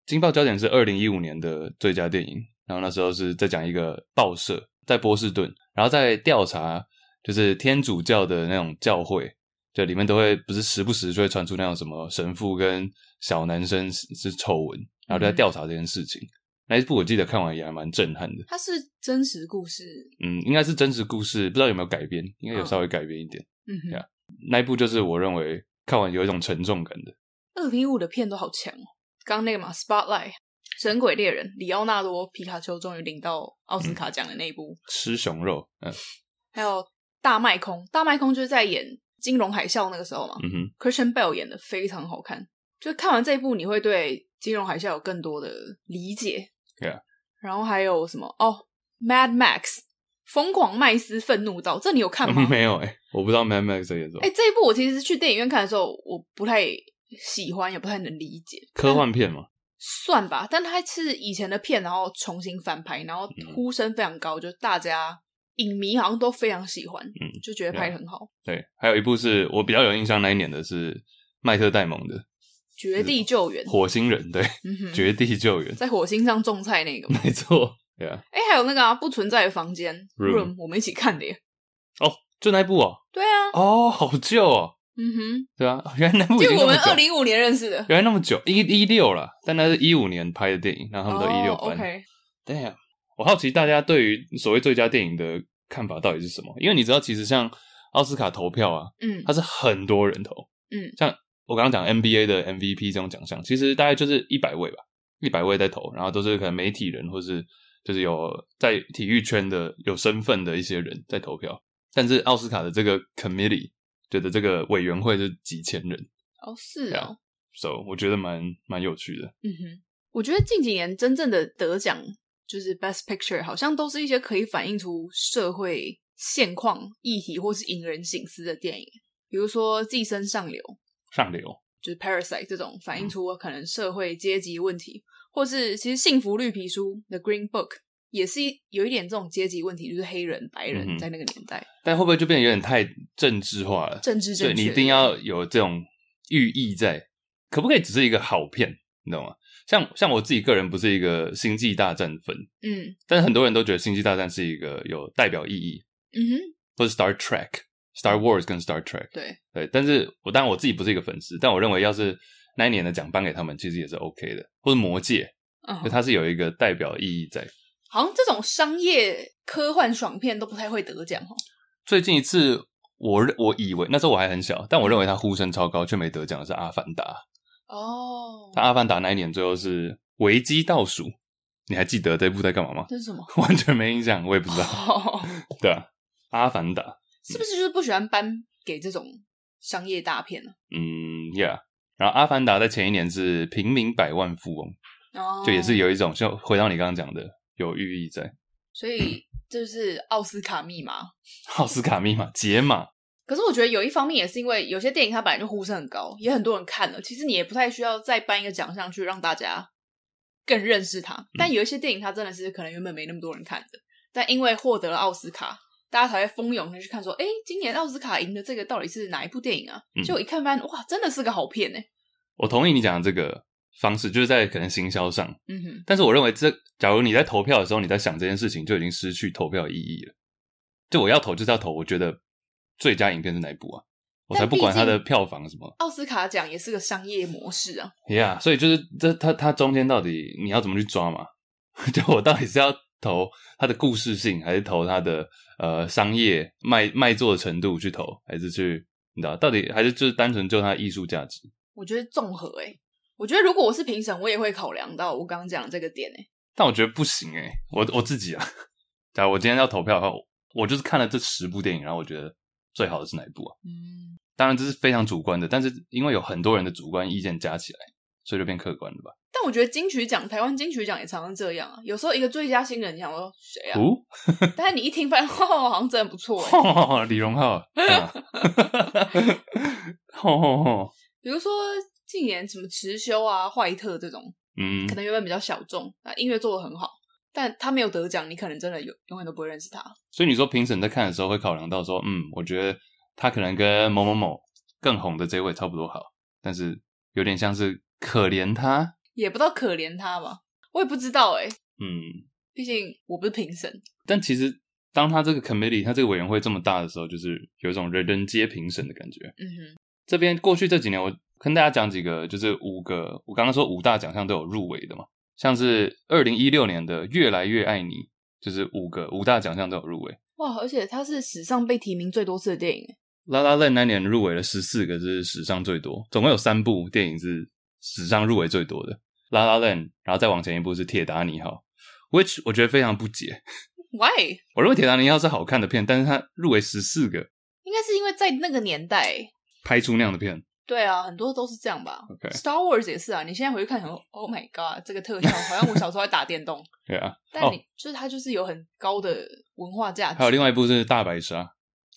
[SPEAKER 2] 金爆焦点是二零一五年的最佳电影，然后那时候是在讲一个报社在波士顿，然后在调查就是天主教的那种教会，就里面都会不是时不时就会传出那种什么神父跟小男生是是丑闻，然后
[SPEAKER 3] 嗯
[SPEAKER 2] 就在调查这件事情。那一部我记得看完也还蛮震撼的，
[SPEAKER 3] 它是真实故事，
[SPEAKER 2] 嗯，应该是真实故事，不知道有没有改编，应该有稍微改编一点。
[SPEAKER 3] 嗯哼，
[SPEAKER 2] 那一部就是我认为看完有一种沉重感的，
[SPEAKER 3] 二零一五的片都好强哦。刚刚那个嘛，《Spotlight》神鬼猎人，里奥纳多皮卡丘终于领到奥斯卡奖的那一部，
[SPEAKER 2] 吃熊肉，嗯
[SPEAKER 3] 还有大麦空，大麦空就是在演金融海啸那个时候嘛、
[SPEAKER 2] 嗯哼，
[SPEAKER 3] c h r i s t i a n Bale 演的非常好看。就看完这一部，你会对金融海啸有更多的理解。
[SPEAKER 2] Yeah
[SPEAKER 3] 然后还有什么？哦，《Mad Max》疯狂麦斯愤怒到，这你有看 吗？
[SPEAKER 2] 没有哎、我不知道 Mad Max 在演什么
[SPEAKER 3] 哎、，这一部我其实去电影院看的时候，我不太喜欢，也不太能理解。
[SPEAKER 2] 科幻片嘛。
[SPEAKER 3] 算吧，但它是以前的片，然后重新翻拍，然后
[SPEAKER 2] 嗯
[SPEAKER 3] 呼声非常高，就大家影迷好像都非常喜欢，
[SPEAKER 2] 嗯
[SPEAKER 3] 就觉得拍的很好。
[SPEAKER 2] 对，还有一部是我比较有印象那一年的是麦特戴蒙的
[SPEAKER 3] 绝地救援，
[SPEAKER 2] 《火星人》，对，
[SPEAKER 3] 嗯哼
[SPEAKER 2] 绝地救援》
[SPEAKER 3] 在火星上种菜那个嘛，
[SPEAKER 2] 没错，对啊，
[SPEAKER 3] 哎、还有那个、啊、不存在的房间
[SPEAKER 2] Room
[SPEAKER 3] 我们一起看的耶。
[SPEAKER 2] 哦，就那一部哦，
[SPEAKER 3] 对啊，
[SPEAKER 2] 哦，好旧哦，
[SPEAKER 3] 嗯
[SPEAKER 2] 对啊，原来那部
[SPEAKER 3] 哼，
[SPEAKER 2] 已
[SPEAKER 3] 就
[SPEAKER 2] 经那
[SPEAKER 3] 我们
[SPEAKER 2] 么
[SPEAKER 3] 二
[SPEAKER 2] 久，
[SPEAKER 3] 零一五年认识的，
[SPEAKER 2] 原来那么久，一一六了，但那是一五年拍的电影，然后他们都一六
[SPEAKER 3] 哦
[SPEAKER 2] 拍。
[SPEAKER 3] ，OK，
[SPEAKER 2] Damn，我好奇大家对于所谓最佳电影的看法到底是什么？因为你知道，其实像奥斯卡投票啊，
[SPEAKER 3] 嗯
[SPEAKER 2] 它是很多人投，
[SPEAKER 3] 嗯
[SPEAKER 2] 像我刚刚讲 NBA 的 MVP 这种奖项，其实大概就是一百位吧，一百位在投，然后都是可能媒体人或是就是有在体育圈的有身份的一些人在投票，但是奥斯卡的这个 committee 觉得这个委员会是几千人
[SPEAKER 3] 哦是
[SPEAKER 2] 对
[SPEAKER 3] 哦
[SPEAKER 2] 啊，，so 我觉得蛮蛮有趣的，
[SPEAKER 3] 嗯哼，我觉得近几年真正的得奖就是 Best Picture，好像都是一些可以反映出社会现况、议题或是引人醒思的电影，比如说《寄生上流》
[SPEAKER 2] 上流
[SPEAKER 3] 就是《Parasite》这种
[SPEAKER 2] 嗯
[SPEAKER 3] 反映出可能社会阶级问题，或是其实《幸福绿皮书》The Green Book 也是一有一点这种阶级问题，就是黑人、白
[SPEAKER 2] 嗯
[SPEAKER 3] 人
[SPEAKER 2] 哼
[SPEAKER 3] 在那个年代、
[SPEAKER 2] 但会不会就变得有点太政治化了？
[SPEAKER 3] 政治
[SPEAKER 2] 所以
[SPEAKER 3] 正确，嗯
[SPEAKER 2] 你一定要有这种寓意在，可不可以只是一个好片？你懂吗？像像我自己个人不是一个《星际大战》粉，
[SPEAKER 3] 嗯
[SPEAKER 2] 但是很多人都觉得《星际大战》是一个有代表意义，
[SPEAKER 3] 嗯哼
[SPEAKER 2] 或者 Star Trek、Star Wars 跟 Star Trek。
[SPEAKER 3] 对
[SPEAKER 2] 对，但是我当然我自己不是一个粉丝，但我认为要是那一年的奖颁给他们，其实也是 OK 的，或者《魔戒》，
[SPEAKER 3] 嗯
[SPEAKER 2] 就，它是有一个代表意义在。
[SPEAKER 3] 好像这种商业科幻爽片都不太会得奖哦。
[SPEAKER 2] 最近一次我认我以为那时候我还很小，但我认为它呼声超高却没得奖的是《阿凡达》，
[SPEAKER 3] 哦
[SPEAKER 2] 但《阿凡达》那一年最后是危机倒数，你还记得这部在干嘛吗？
[SPEAKER 3] 这是什么？
[SPEAKER 2] 完全没印象，我也不知 道。
[SPEAKER 3] 哦，
[SPEAKER 2] 对啊，《阿凡达》，
[SPEAKER 3] 是不是就是不喜欢颁给这种商业大片呢、
[SPEAKER 2] 嗯，Yeah。然后《阿凡达》在前一年是《平民百万富翁》，
[SPEAKER 3] 哦，
[SPEAKER 2] 就也是，有一种像回到你刚刚讲的有寓意在。
[SPEAKER 3] 所 以这就是奥斯卡密码。
[SPEAKER 2] 奥斯卡密码解码，
[SPEAKER 3] 可是我觉得有一方面也是因为有些电影它本来就呼声很高，也很多人看了，其实你也不太需要再颁一个奖项去让大家更认识
[SPEAKER 2] 嗯
[SPEAKER 3] 它。但有一些电影它真的是可能原本没那么多人看的，但因为获得了奥斯卡，大家才会蜂拥的去看，说，哎，今年奥斯卡赢的这个到底是哪一部电影啊
[SPEAKER 2] 嗯？
[SPEAKER 3] 就一看发现，哇，真的是个好片呢、
[SPEAKER 2] 我同意你讲的这个方式，就是在可能行销上。
[SPEAKER 3] 嗯哼，
[SPEAKER 2] 但是我认为这，假如你在投票的时候你在想这件事情，就已经失去投票意义了。就我要投就是要投，我觉得最佳影片是哪一部啊？我才
[SPEAKER 3] 但
[SPEAKER 2] 不管它
[SPEAKER 3] 毕
[SPEAKER 2] 的
[SPEAKER 3] 竟
[SPEAKER 2] 票房什么。
[SPEAKER 3] 奥斯卡奖也是个商业模式啊。
[SPEAKER 2] Yeah，所以就是这它它中间到底你要怎么去抓嘛？ 就我到底是要投它的故事性，还是投它的呃商业卖卖座的程度去投，还是去你知道到底还是就是单纯就它的艺术价值？
[SPEAKER 3] 我觉得综合诶、我觉得如果我是评审，我也会考量到我刚刚讲的这个点欸诶、
[SPEAKER 2] 但我觉得不行诶、我我自己啊， 假如我今天要投票的话，我我就是看了这十部电影，然后我觉得最好的是哪一部啊？
[SPEAKER 3] 嗯，
[SPEAKER 2] 当然这是非常主观的，但是因为有很多人的主观意见加起来，所以就变客观了吧？
[SPEAKER 3] 但我觉得金曲奖，台湾金曲奖也常常这样啊。有时候一个最佳新人，你想说谁啊？
[SPEAKER 2] 哦，
[SPEAKER 3] 但是你一听发现， 哦，好像真的不错 哎。
[SPEAKER 2] 李荣浩，哦干嘛吼吼吼，
[SPEAKER 3] 比如说近年什么持修啊、坏特这种，
[SPEAKER 2] 嗯
[SPEAKER 3] 可，能原本比较小众，啊，音乐做的很好，但他没有得奖，你可能真的永永远都不会认识他。
[SPEAKER 2] 所以你说评审在看的时候会考量到说，嗯，我觉得他可能跟某某某更红的这位差不多好，但是有点像是可怜他，
[SPEAKER 3] 也不知道可怜他吧，我也不知道哎。
[SPEAKER 2] 嗯，
[SPEAKER 3] 毕竟我不是评审，
[SPEAKER 2] 但其实当他这个 committee，他这个委员会这么大的时候，就是有一种人人皆评审的感觉。
[SPEAKER 3] 嗯哼，
[SPEAKER 2] 这边过去这几年，我跟大家讲几个，就是五个，我刚刚说五大奖项都有入围的嘛，像是二零一六年的《越来越爱你》，就是五个五大奖项都有入围。
[SPEAKER 3] 哇，而且他是史上被提名最多次的电影欸，
[SPEAKER 2] La La Land 那年入围了十四个，是史上最多，总共有三部电影是史上入围最多的。La La Land，然后再往前一步是《铁达尼号》，which 我觉得非常不解。
[SPEAKER 3] Why？
[SPEAKER 2] 我认为《铁达尼号》是好看的片，但是它入围十四个，
[SPEAKER 3] 应该是因为在那个年代欸，
[SPEAKER 2] 拍出那样的片。
[SPEAKER 3] 对啊，很多都是这样吧。
[SPEAKER 2] OK
[SPEAKER 3] Star Wars 也是啊，你现在回去看，很 Oh my God，这个特效好像我小时候在打电动，
[SPEAKER 2] 对啊，
[SPEAKER 3] 但你、就是它就是有很高的文化价值。
[SPEAKER 2] 还有另外一部是《大白鲨》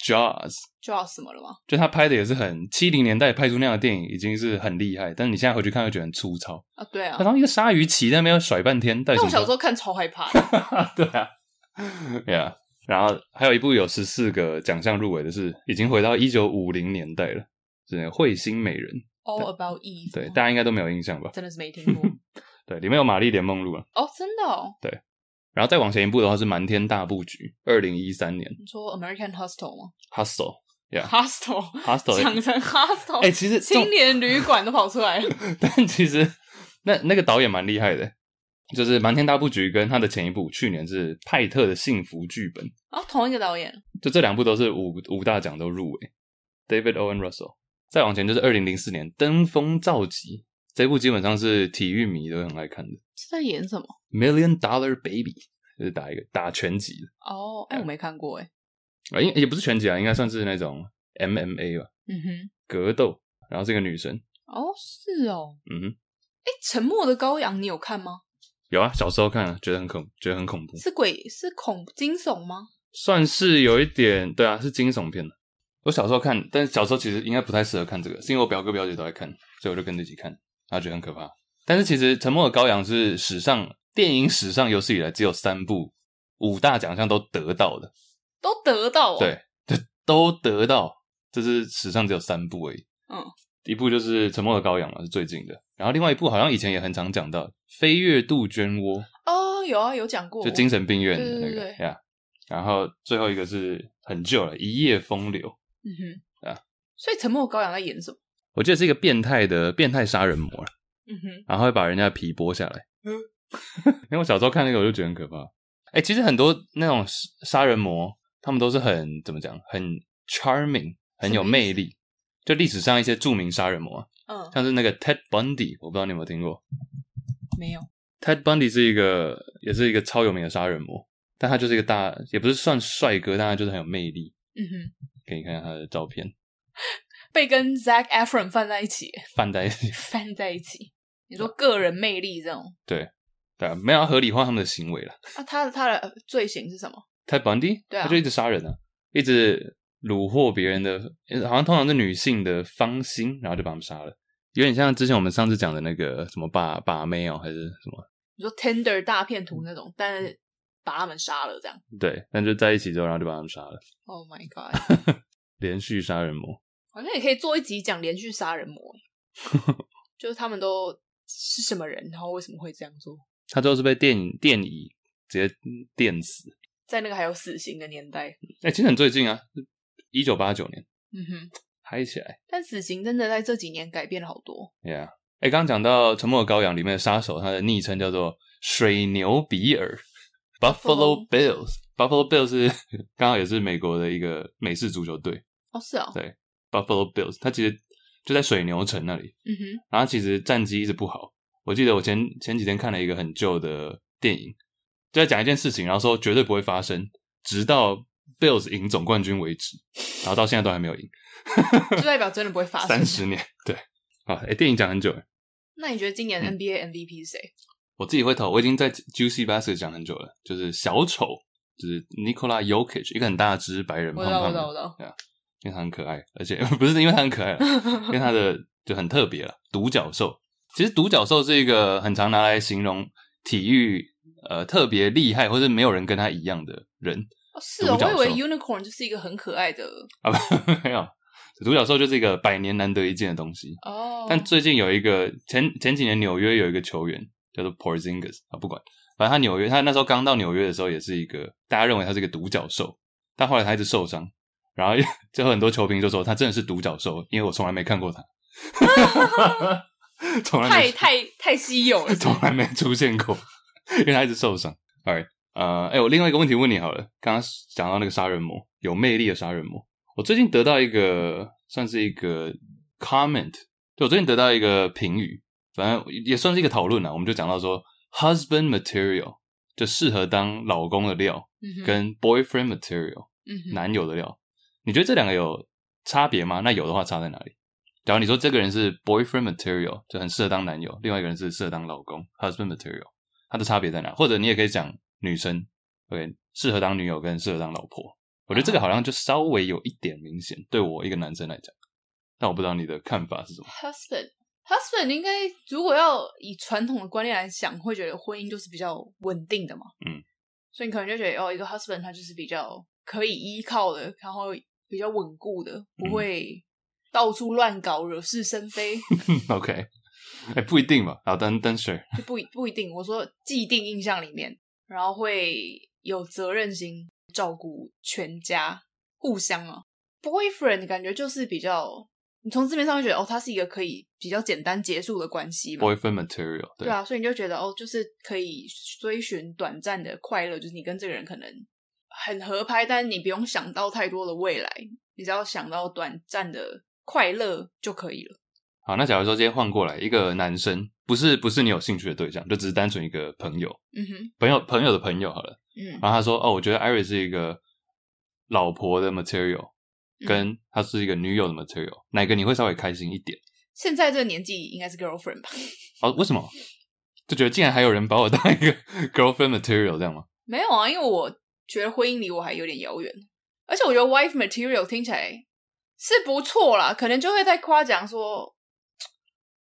[SPEAKER 2] （Jaws），
[SPEAKER 3] 就要什么了吗？
[SPEAKER 2] 就他拍的也是很七零年代拍出那样的电影，已经是很厉害。但是你现在回去看，会觉得很粗糙。
[SPEAKER 3] 啊，对啊
[SPEAKER 2] 他，当一个鲨鱼鳍在那边要甩半天，到底
[SPEAKER 3] 但
[SPEAKER 2] 什么？
[SPEAKER 3] 我小时候看超害怕的。
[SPEAKER 2] 对啊，对啊。然后还有一部有十四个奖项入围的是，已经回到一九五零年代了，是《彗星美人》。
[SPEAKER 3] All About Eve，
[SPEAKER 2] 对，
[SPEAKER 3] 哦
[SPEAKER 2] 大家应该都没有印象吧？
[SPEAKER 3] 真的是没听过
[SPEAKER 2] 对，里面有玛丽莲梦露啊。
[SPEAKER 3] 哦，真的哦。
[SPEAKER 2] 然后再往前一步的话是《瞒天大布局》，二零一三年
[SPEAKER 3] 你说 American Hostel 吗
[SPEAKER 2] ，Hustle。Yeah
[SPEAKER 3] ？Hostel，
[SPEAKER 2] Hustle，
[SPEAKER 3] 讲成 Hostel，
[SPEAKER 2] 哎、其实这种
[SPEAKER 3] 青年旅馆都跑出来了。
[SPEAKER 2] 但其实那那个导演蛮厉害的，就是《瞒天大布局》跟他的前一部去年是《派特的幸福剧本》，
[SPEAKER 3] 啊，同一个导演，
[SPEAKER 2] 就这两部都是五五大奖都入围。David Owen Russell，再往前就是二零零四年《登峰造极》这部，基本上是体育迷都很爱看的。
[SPEAKER 3] 是在演什么？
[SPEAKER 2] Million Dollar Baby 就是打一个打拳击的，
[SPEAKER 3] 哦，哎，我没看过哎。
[SPEAKER 2] 啊，应也不是拳击啊，应该算是那种 MMA 吧，
[SPEAKER 3] 嗯哼，
[SPEAKER 2] 格斗。然后这个女生，
[SPEAKER 3] 哦，是哦。
[SPEAKER 2] 嗯哼，
[SPEAKER 3] 哎，沉默的羔羊你有看吗？
[SPEAKER 2] 有啊，小时候看啊，觉得很恐，觉得很恐怖，
[SPEAKER 3] 是鬼是恐惊悚吗？
[SPEAKER 2] 算是有一点，对啊，是惊悚片的。我小时候看，但是小时候其实应该不太适合看这个，是因为我表哥表姐都在看，所以我就跟着一起看，然后觉得很可怕。但是其实《沉默的羔羊》是史上电影史上有史以来只有三部五大奖项都得到的，
[SPEAKER 3] 都得到、哦、
[SPEAKER 2] 对，就都得到，这是史上只有三部而已。
[SPEAKER 3] 嗯，
[SPEAKER 2] 一部就是《沉默的羔羊》嘛，是最近的，然后另外一部好像以前也很常讲到《飞跃杜鹃窝》，
[SPEAKER 3] 哦，有啊，有讲过，
[SPEAKER 2] 就精神病院的那
[SPEAKER 3] 对
[SPEAKER 2] 个
[SPEAKER 3] 对
[SPEAKER 2] 呀。然后最后一个是很旧了，《一夜风流》，
[SPEAKER 3] 嗯哼，
[SPEAKER 2] 啊，
[SPEAKER 3] 所以沉默羔羊在演什么？
[SPEAKER 2] 我记得是一个变态的变态杀人魔啦
[SPEAKER 3] 嗯哼，
[SPEAKER 2] 然后会把人家的皮剥下 来。
[SPEAKER 3] 嗯
[SPEAKER 2] 因为我小时候看那个，我就觉得很可怕。哎、其实很多那种杀杀人魔，他们都是很怎么讲，很 charming，很有魅力。就历史上一些著名杀人魔啊，
[SPEAKER 3] 嗯，
[SPEAKER 2] 像是那个 Ted Bundy，我不知道你有没有听过。
[SPEAKER 3] 没有，
[SPEAKER 2] Ted Bundy 是一个，也是一个超有名的杀人魔，但他就是一个大，也不是算帅哥，但他就是很有魅力。
[SPEAKER 3] 嗯哼，
[SPEAKER 2] 可以看看他的照片，
[SPEAKER 3] 被跟 Zac Efron 放在一起，
[SPEAKER 2] 放在一起，
[SPEAKER 3] 放在一起，你
[SPEAKER 2] 啊
[SPEAKER 3] 说个人魅力这种
[SPEAKER 2] 对啊，没有要合理化他们的行为了。
[SPEAKER 3] 啊？他的他的呃罪行是什么？
[SPEAKER 2] Ted Bundy，
[SPEAKER 3] 对啊
[SPEAKER 2] 他就一直杀人啊，一直虏获别人的，好像通常是女性的芳心，然后就把他们杀了，有点像之前我们上次讲的那个什么把把妹哦，还是什么？
[SPEAKER 3] 你说 Tender 大骗图那种，但
[SPEAKER 2] 嗯
[SPEAKER 3] 是把他们杀了这样
[SPEAKER 2] 对，但就在一起之后，然后就把他们杀了，
[SPEAKER 3] ？Oh my god！
[SPEAKER 2] 连续杀人魔。
[SPEAKER 3] 好像也可以做一集讲连续杀 人魔，就是他们都是什么人，然后为什么会这样做？
[SPEAKER 2] 他最后是被电影电椅直接电死。
[SPEAKER 3] 在那个还有死刑的年代，
[SPEAKER 2] 哎、其实很最近啊，一九八九年
[SPEAKER 3] 嗯哼，
[SPEAKER 2] 嗨起来
[SPEAKER 3] 但死刑真的在这几年改变了好多。
[SPEAKER 2] ，Yeah。哎，刚刚讲到《沉默的羔羊》里面的杀手，他的昵称叫做水牛比尔 （Buffalo
[SPEAKER 3] Buffalo
[SPEAKER 2] Bills）。Buffalo Bills 是刚好也是美国的一个美式足球队
[SPEAKER 3] 哦，是哦，
[SPEAKER 2] 对 Buffalo Bills，它其实就在水牛城那里，
[SPEAKER 3] 嗯哼，
[SPEAKER 2] 然后它其实战绩一直不好。我记得我前前几天看了一个很旧的电影，就在讲一件事情，然后说绝对不会发生，直到 Bills 赢总冠军为止，然后到现在都还没有赢，
[SPEAKER 3] 就代表真的不会发生。
[SPEAKER 2] 三十年对啊，哎，电影讲很久了，
[SPEAKER 3] 那你觉得今年
[SPEAKER 2] 嗯
[SPEAKER 3] NBA MVP 是谁？
[SPEAKER 2] 我自己会投，我已经在 Juicy Basket 讲很久了，就是小丑，就是 Nikola Jokic，一个很大只白人
[SPEAKER 3] 我
[SPEAKER 2] 胖
[SPEAKER 3] 知道，我
[SPEAKER 2] 胖
[SPEAKER 3] 知道，我
[SPEAKER 2] 的，
[SPEAKER 3] 知道。
[SPEAKER 2] 因为他很可爱，而且 不是因为他很可爱啦，啊 因为他的就很特别了，独角兽。其实独角兽是一个很常拿来形容体育呃特别厉害或是没有人跟他一样的人
[SPEAKER 3] 哦，是哦，
[SPEAKER 2] 独角
[SPEAKER 3] 我以
[SPEAKER 2] 兽
[SPEAKER 3] 为 unicorn 就是一个很可爱的
[SPEAKER 2] 啊，不没有，独角兽就是一个百年难得一见的东西。
[SPEAKER 3] 哦，
[SPEAKER 2] 但最近有一个前前几年纽约有一个球员叫做 Porzingis 啊，不管，反正他纽约他那时候刚到纽约的时候也是一个大家认为他是一个独角兽，但后来他一直受伤，然后最后很多球评就说他真的是独角兽，因为我从来没看 过他， 从来
[SPEAKER 3] 太
[SPEAKER 2] 没。
[SPEAKER 3] 太太稀有了
[SPEAKER 2] 从来没出现过， 因为他一直受伤。Alright，呃，哎、我另外一个问题问你好了，刚刚讲到那个杀人魔，有魅力的杀人魔，我最近得到一个算是一个 comment，就我最近得到一个评语，反正也算是一个讨论啦。我们就讲到说，husband material 就适合当老公的料，
[SPEAKER 3] 嗯哼，
[SPEAKER 2] 跟 boyfriend material
[SPEAKER 3] 嗯哼，
[SPEAKER 2] 男友的料，你觉得这两个有差别吗？那有的话差在哪里？假如你说这个人是 boyfriend material，就很适合当男友；，另外一个人是适合当老公 husband material，它的差别在哪？或者你也可以讲女生，OK，适合当女友跟适合当老婆。我觉得这
[SPEAKER 3] 哦
[SPEAKER 2] 个好像就稍微有一点明显，对我一个男生来讲。但我不知道你的看法是什么。
[SPEAKER 3] husband。husband 应该如果要以传统的观念来想，会觉得婚姻就是比较稳定的嘛。
[SPEAKER 2] 嗯，
[SPEAKER 3] 所以你可能就觉得哦，一个 husband 他就是比较可以依靠的，然后比较稳固的，不会到处乱搞、惹是生非，
[SPEAKER 2] OK，哎、不一定吧。好，但但 sure，
[SPEAKER 3] 就不一不一定。我说既定印象里面，然后会有责任心，照顾全家，互相啊。boyfriend 感觉就是比较，你从字面上会觉得哦，他是一个可以比较简单结束的关系嘛。
[SPEAKER 2] boyfriend material，对
[SPEAKER 3] 啊对啊，所以你就觉得哦，就是可以追寻短暂的快乐，就是你跟这个人可能很合拍，但是你不用想到太多的未来，你只要想到短暂的快乐就可以了。
[SPEAKER 2] 好，那假如说今天换过来一个男生，不是不是你有兴趣的对象，就只是单纯一个朋友，
[SPEAKER 3] 嗯哼，
[SPEAKER 2] 朋友朋友的朋友好了。
[SPEAKER 3] 嗯，
[SPEAKER 2] 然后他说：“哦，我觉得 Iris 是一个老婆的 material，
[SPEAKER 3] 嗯
[SPEAKER 2] 跟她是一个女友的 material，哪个你会稍微开心一点？
[SPEAKER 3] 现在这个年纪应该是 girlfriend 吧？
[SPEAKER 2] 哦，为什么？就觉得竟然还有人把我当一个 girlfriend material 这样吗？
[SPEAKER 3] 没有啊，因为我觉得婚姻离我还有点遥远，而且我觉得 wife material 听起来是不错啦，可能就会在夸奖说，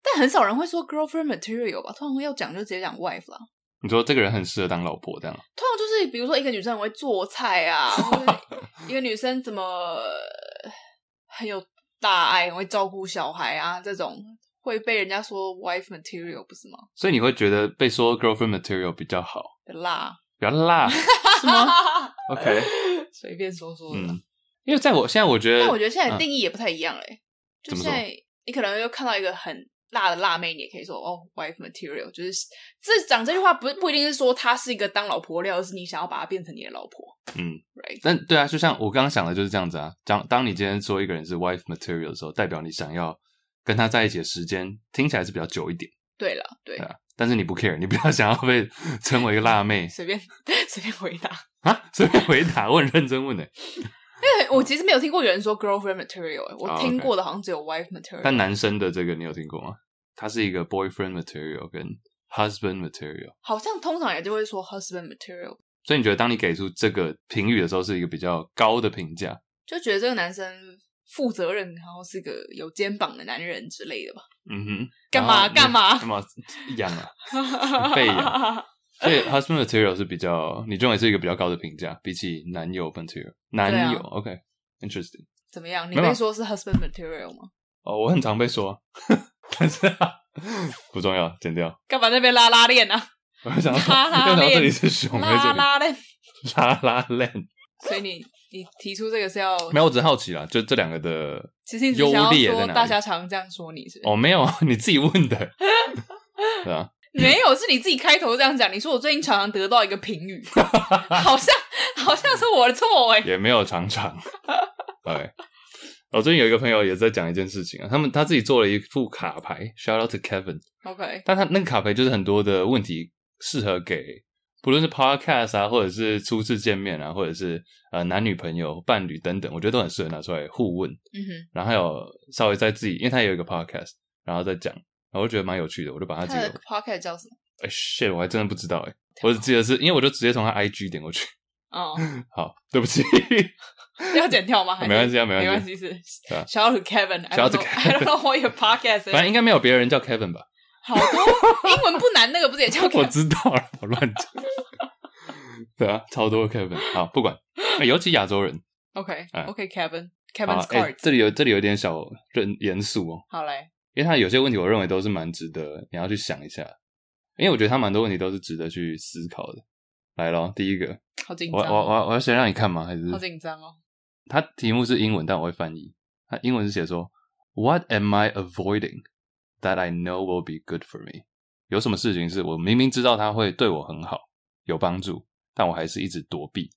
[SPEAKER 3] 但很少人会说 girlfriend material 吧，通常要讲就直接讲 wife 啦。
[SPEAKER 2] 你说这个人很适合当老婆这样？
[SPEAKER 3] 通常就是比如说一个女生很会做菜 啊，或者是一个女生怎么呃很有大爱，很会照顾小孩啊，这种会被人家说 wife material 不是吗？
[SPEAKER 2] 所以你会觉得被说 girlfriend material 比较好，
[SPEAKER 3] 辣
[SPEAKER 2] 比较辣
[SPEAKER 3] 是吗？
[SPEAKER 2] ？OK，
[SPEAKER 3] 随便说说的。
[SPEAKER 2] 嗯，因为在我现在我觉得，
[SPEAKER 3] 但我觉得现在
[SPEAKER 2] 嗯
[SPEAKER 3] 定义也不太一样嘞、就
[SPEAKER 2] 怎么
[SPEAKER 3] 现
[SPEAKER 2] 说
[SPEAKER 3] 在你可能又看到一个很辣的辣妹，你也可以说哦，wife material，就是这讲这句话不是不一定是说她是一个当老婆料，而是你想要把她变成你的老婆
[SPEAKER 2] 嗯，
[SPEAKER 3] ，right？
[SPEAKER 2] 但对啊，就像我刚刚想的就是这样子啊。当当你今天说一个人是 wife material 的时候，代表你想要跟他在一起的时间听起来是比较久一点，
[SPEAKER 3] 对了，对
[SPEAKER 2] 对，啊。但是你不 care，你不要 想要被称为一个辣妹
[SPEAKER 3] 随便 随便回答。
[SPEAKER 2] 啊。 随便回答，我很认真问的。
[SPEAKER 3] 因为 我其实没有听过有人说 girlfriend material，、欸、
[SPEAKER 2] 哦
[SPEAKER 3] 我
[SPEAKER 2] ，OK
[SPEAKER 3] 听过的好像只有 wife material。
[SPEAKER 2] 但男生的这个你有听过吗？它是一个 boyfriend material 跟 husband material，
[SPEAKER 3] 好像通常也就会说 husband material，
[SPEAKER 2] 所以你觉得当你给出这个评语的时候，是一个比较高的评价？
[SPEAKER 3] 就觉得这个男生负责任，然后是个有肩膀的男人之类的吧。
[SPEAKER 2] 嗯哼，
[SPEAKER 3] 干嘛
[SPEAKER 2] 然后你
[SPEAKER 3] 干嘛
[SPEAKER 2] 干嘛 痒啊？被养所以 husband material 是比较，你认为是一个比较高的评价，比起男友 material，男
[SPEAKER 3] 啊
[SPEAKER 2] 友、OK，interesting。
[SPEAKER 3] 怎么样？你
[SPEAKER 2] 没有啊
[SPEAKER 3] 被说是 husband material 吗？
[SPEAKER 2] 哦，我很常被说， 但是、啊、不重要，剪掉。
[SPEAKER 3] 干嘛那边拉拉链啊？
[SPEAKER 2] 我想说，
[SPEAKER 3] 拉拉
[SPEAKER 2] 没有想到
[SPEAKER 3] 链
[SPEAKER 2] 这里是熊，在这
[SPEAKER 3] 拉
[SPEAKER 2] 里
[SPEAKER 3] 拉链。
[SPEAKER 2] 拉拉链。
[SPEAKER 3] 所以你你提出这个是要，
[SPEAKER 2] 没有，我只是好奇啦，就这两个的
[SPEAKER 3] 其实你只想
[SPEAKER 2] 优
[SPEAKER 3] 要
[SPEAKER 2] 劣在
[SPEAKER 3] 说
[SPEAKER 2] 哪里
[SPEAKER 3] 大家常这样说你是不是？
[SPEAKER 2] 哦，没有， 啊，你自己问的，对啊，
[SPEAKER 3] 没有，是你自己开头这样讲。你说我最近常常得到一个评 语，好像好像是我的错哎、
[SPEAKER 2] 也没有常常。对，我最近有一个朋友也在讲一件事情啊，他们他自己做了一副卡牌，shout out to Kevin，
[SPEAKER 3] OK，嗯
[SPEAKER 2] 但他那个卡牌就是很多的问题适合给，不论是 podcast 啊，或者是初次见面啊，或者是呃男女朋友、伴侣等等，我觉得都很适合拿出来互问。
[SPEAKER 3] 嗯哼，
[SPEAKER 2] 然后还有稍微在自己，因为他也有一个 podcast，然后再讲，然后我觉得蛮有趣的，我就把他这
[SPEAKER 3] 他
[SPEAKER 2] 个
[SPEAKER 3] 的 pocket 叫什么？
[SPEAKER 2] 哎、shit，我还真的不知道哎、我只记得是因为我就直接从他 IG 点过去。
[SPEAKER 3] 哦，
[SPEAKER 2] 好，对不起，
[SPEAKER 3] 要剪掉吗？还是
[SPEAKER 2] 没关系啊没
[SPEAKER 3] 没
[SPEAKER 2] 关系
[SPEAKER 3] 系，是
[SPEAKER 2] 对啊
[SPEAKER 3] Shout out to Kevin，
[SPEAKER 2] Shout out to
[SPEAKER 3] I don't know what your podcast
[SPEAKER 2] 反正
[SPEAKER 3] is。
[SPEAKER 2] 应该没有别人叫 Kevin 吧？
[SPEAKER 3] 好多英文不难，那个不是也 叫
[SPEAKER 2] 我
[SPEAKER 3] Kevin？
[SPEAKER 2] 知道了，我乱讲。 对啊，超多 Kevin。好，不管，哎尤其亚洲人。
[SPEAKER 3] OK
[SPEAKER 2] 哎
[SPEAKER 3] OK Kevin
[SPEAKER 2] 好
[SPEAKER 3] Kevin's
[SPEAKER 2] 哎
[SPEAKER 3] cards，
[SPEAKER 2] 这里有这里有点小认严肃哦，
[SPEAKER 3] 好嘞，
[SPEAKER 2] 因为他有些问题，我认为都是蛮值得你要去想一下，因为我觉得他蛮多问题都是值得去思考的。来咯，第一个，
[SPEAKER 3] 好紧
[SPEAKER 2] 我
[SPEAKER 3] 张
[SPEAKER 2] 我
[SPEAKER 3] 哦，
[SPEAKER 2] 我我要先让你看吗？还是
[SPEAKER 3] 好紧张哦。
[SPEAKER 2] 它题目是英文，但我会翻译。它英文是写说：“What am I avoiding that I know will be good for me？” 有什么事情是我明明知道它会对我很好、有帮助，但我还是一直躲 避？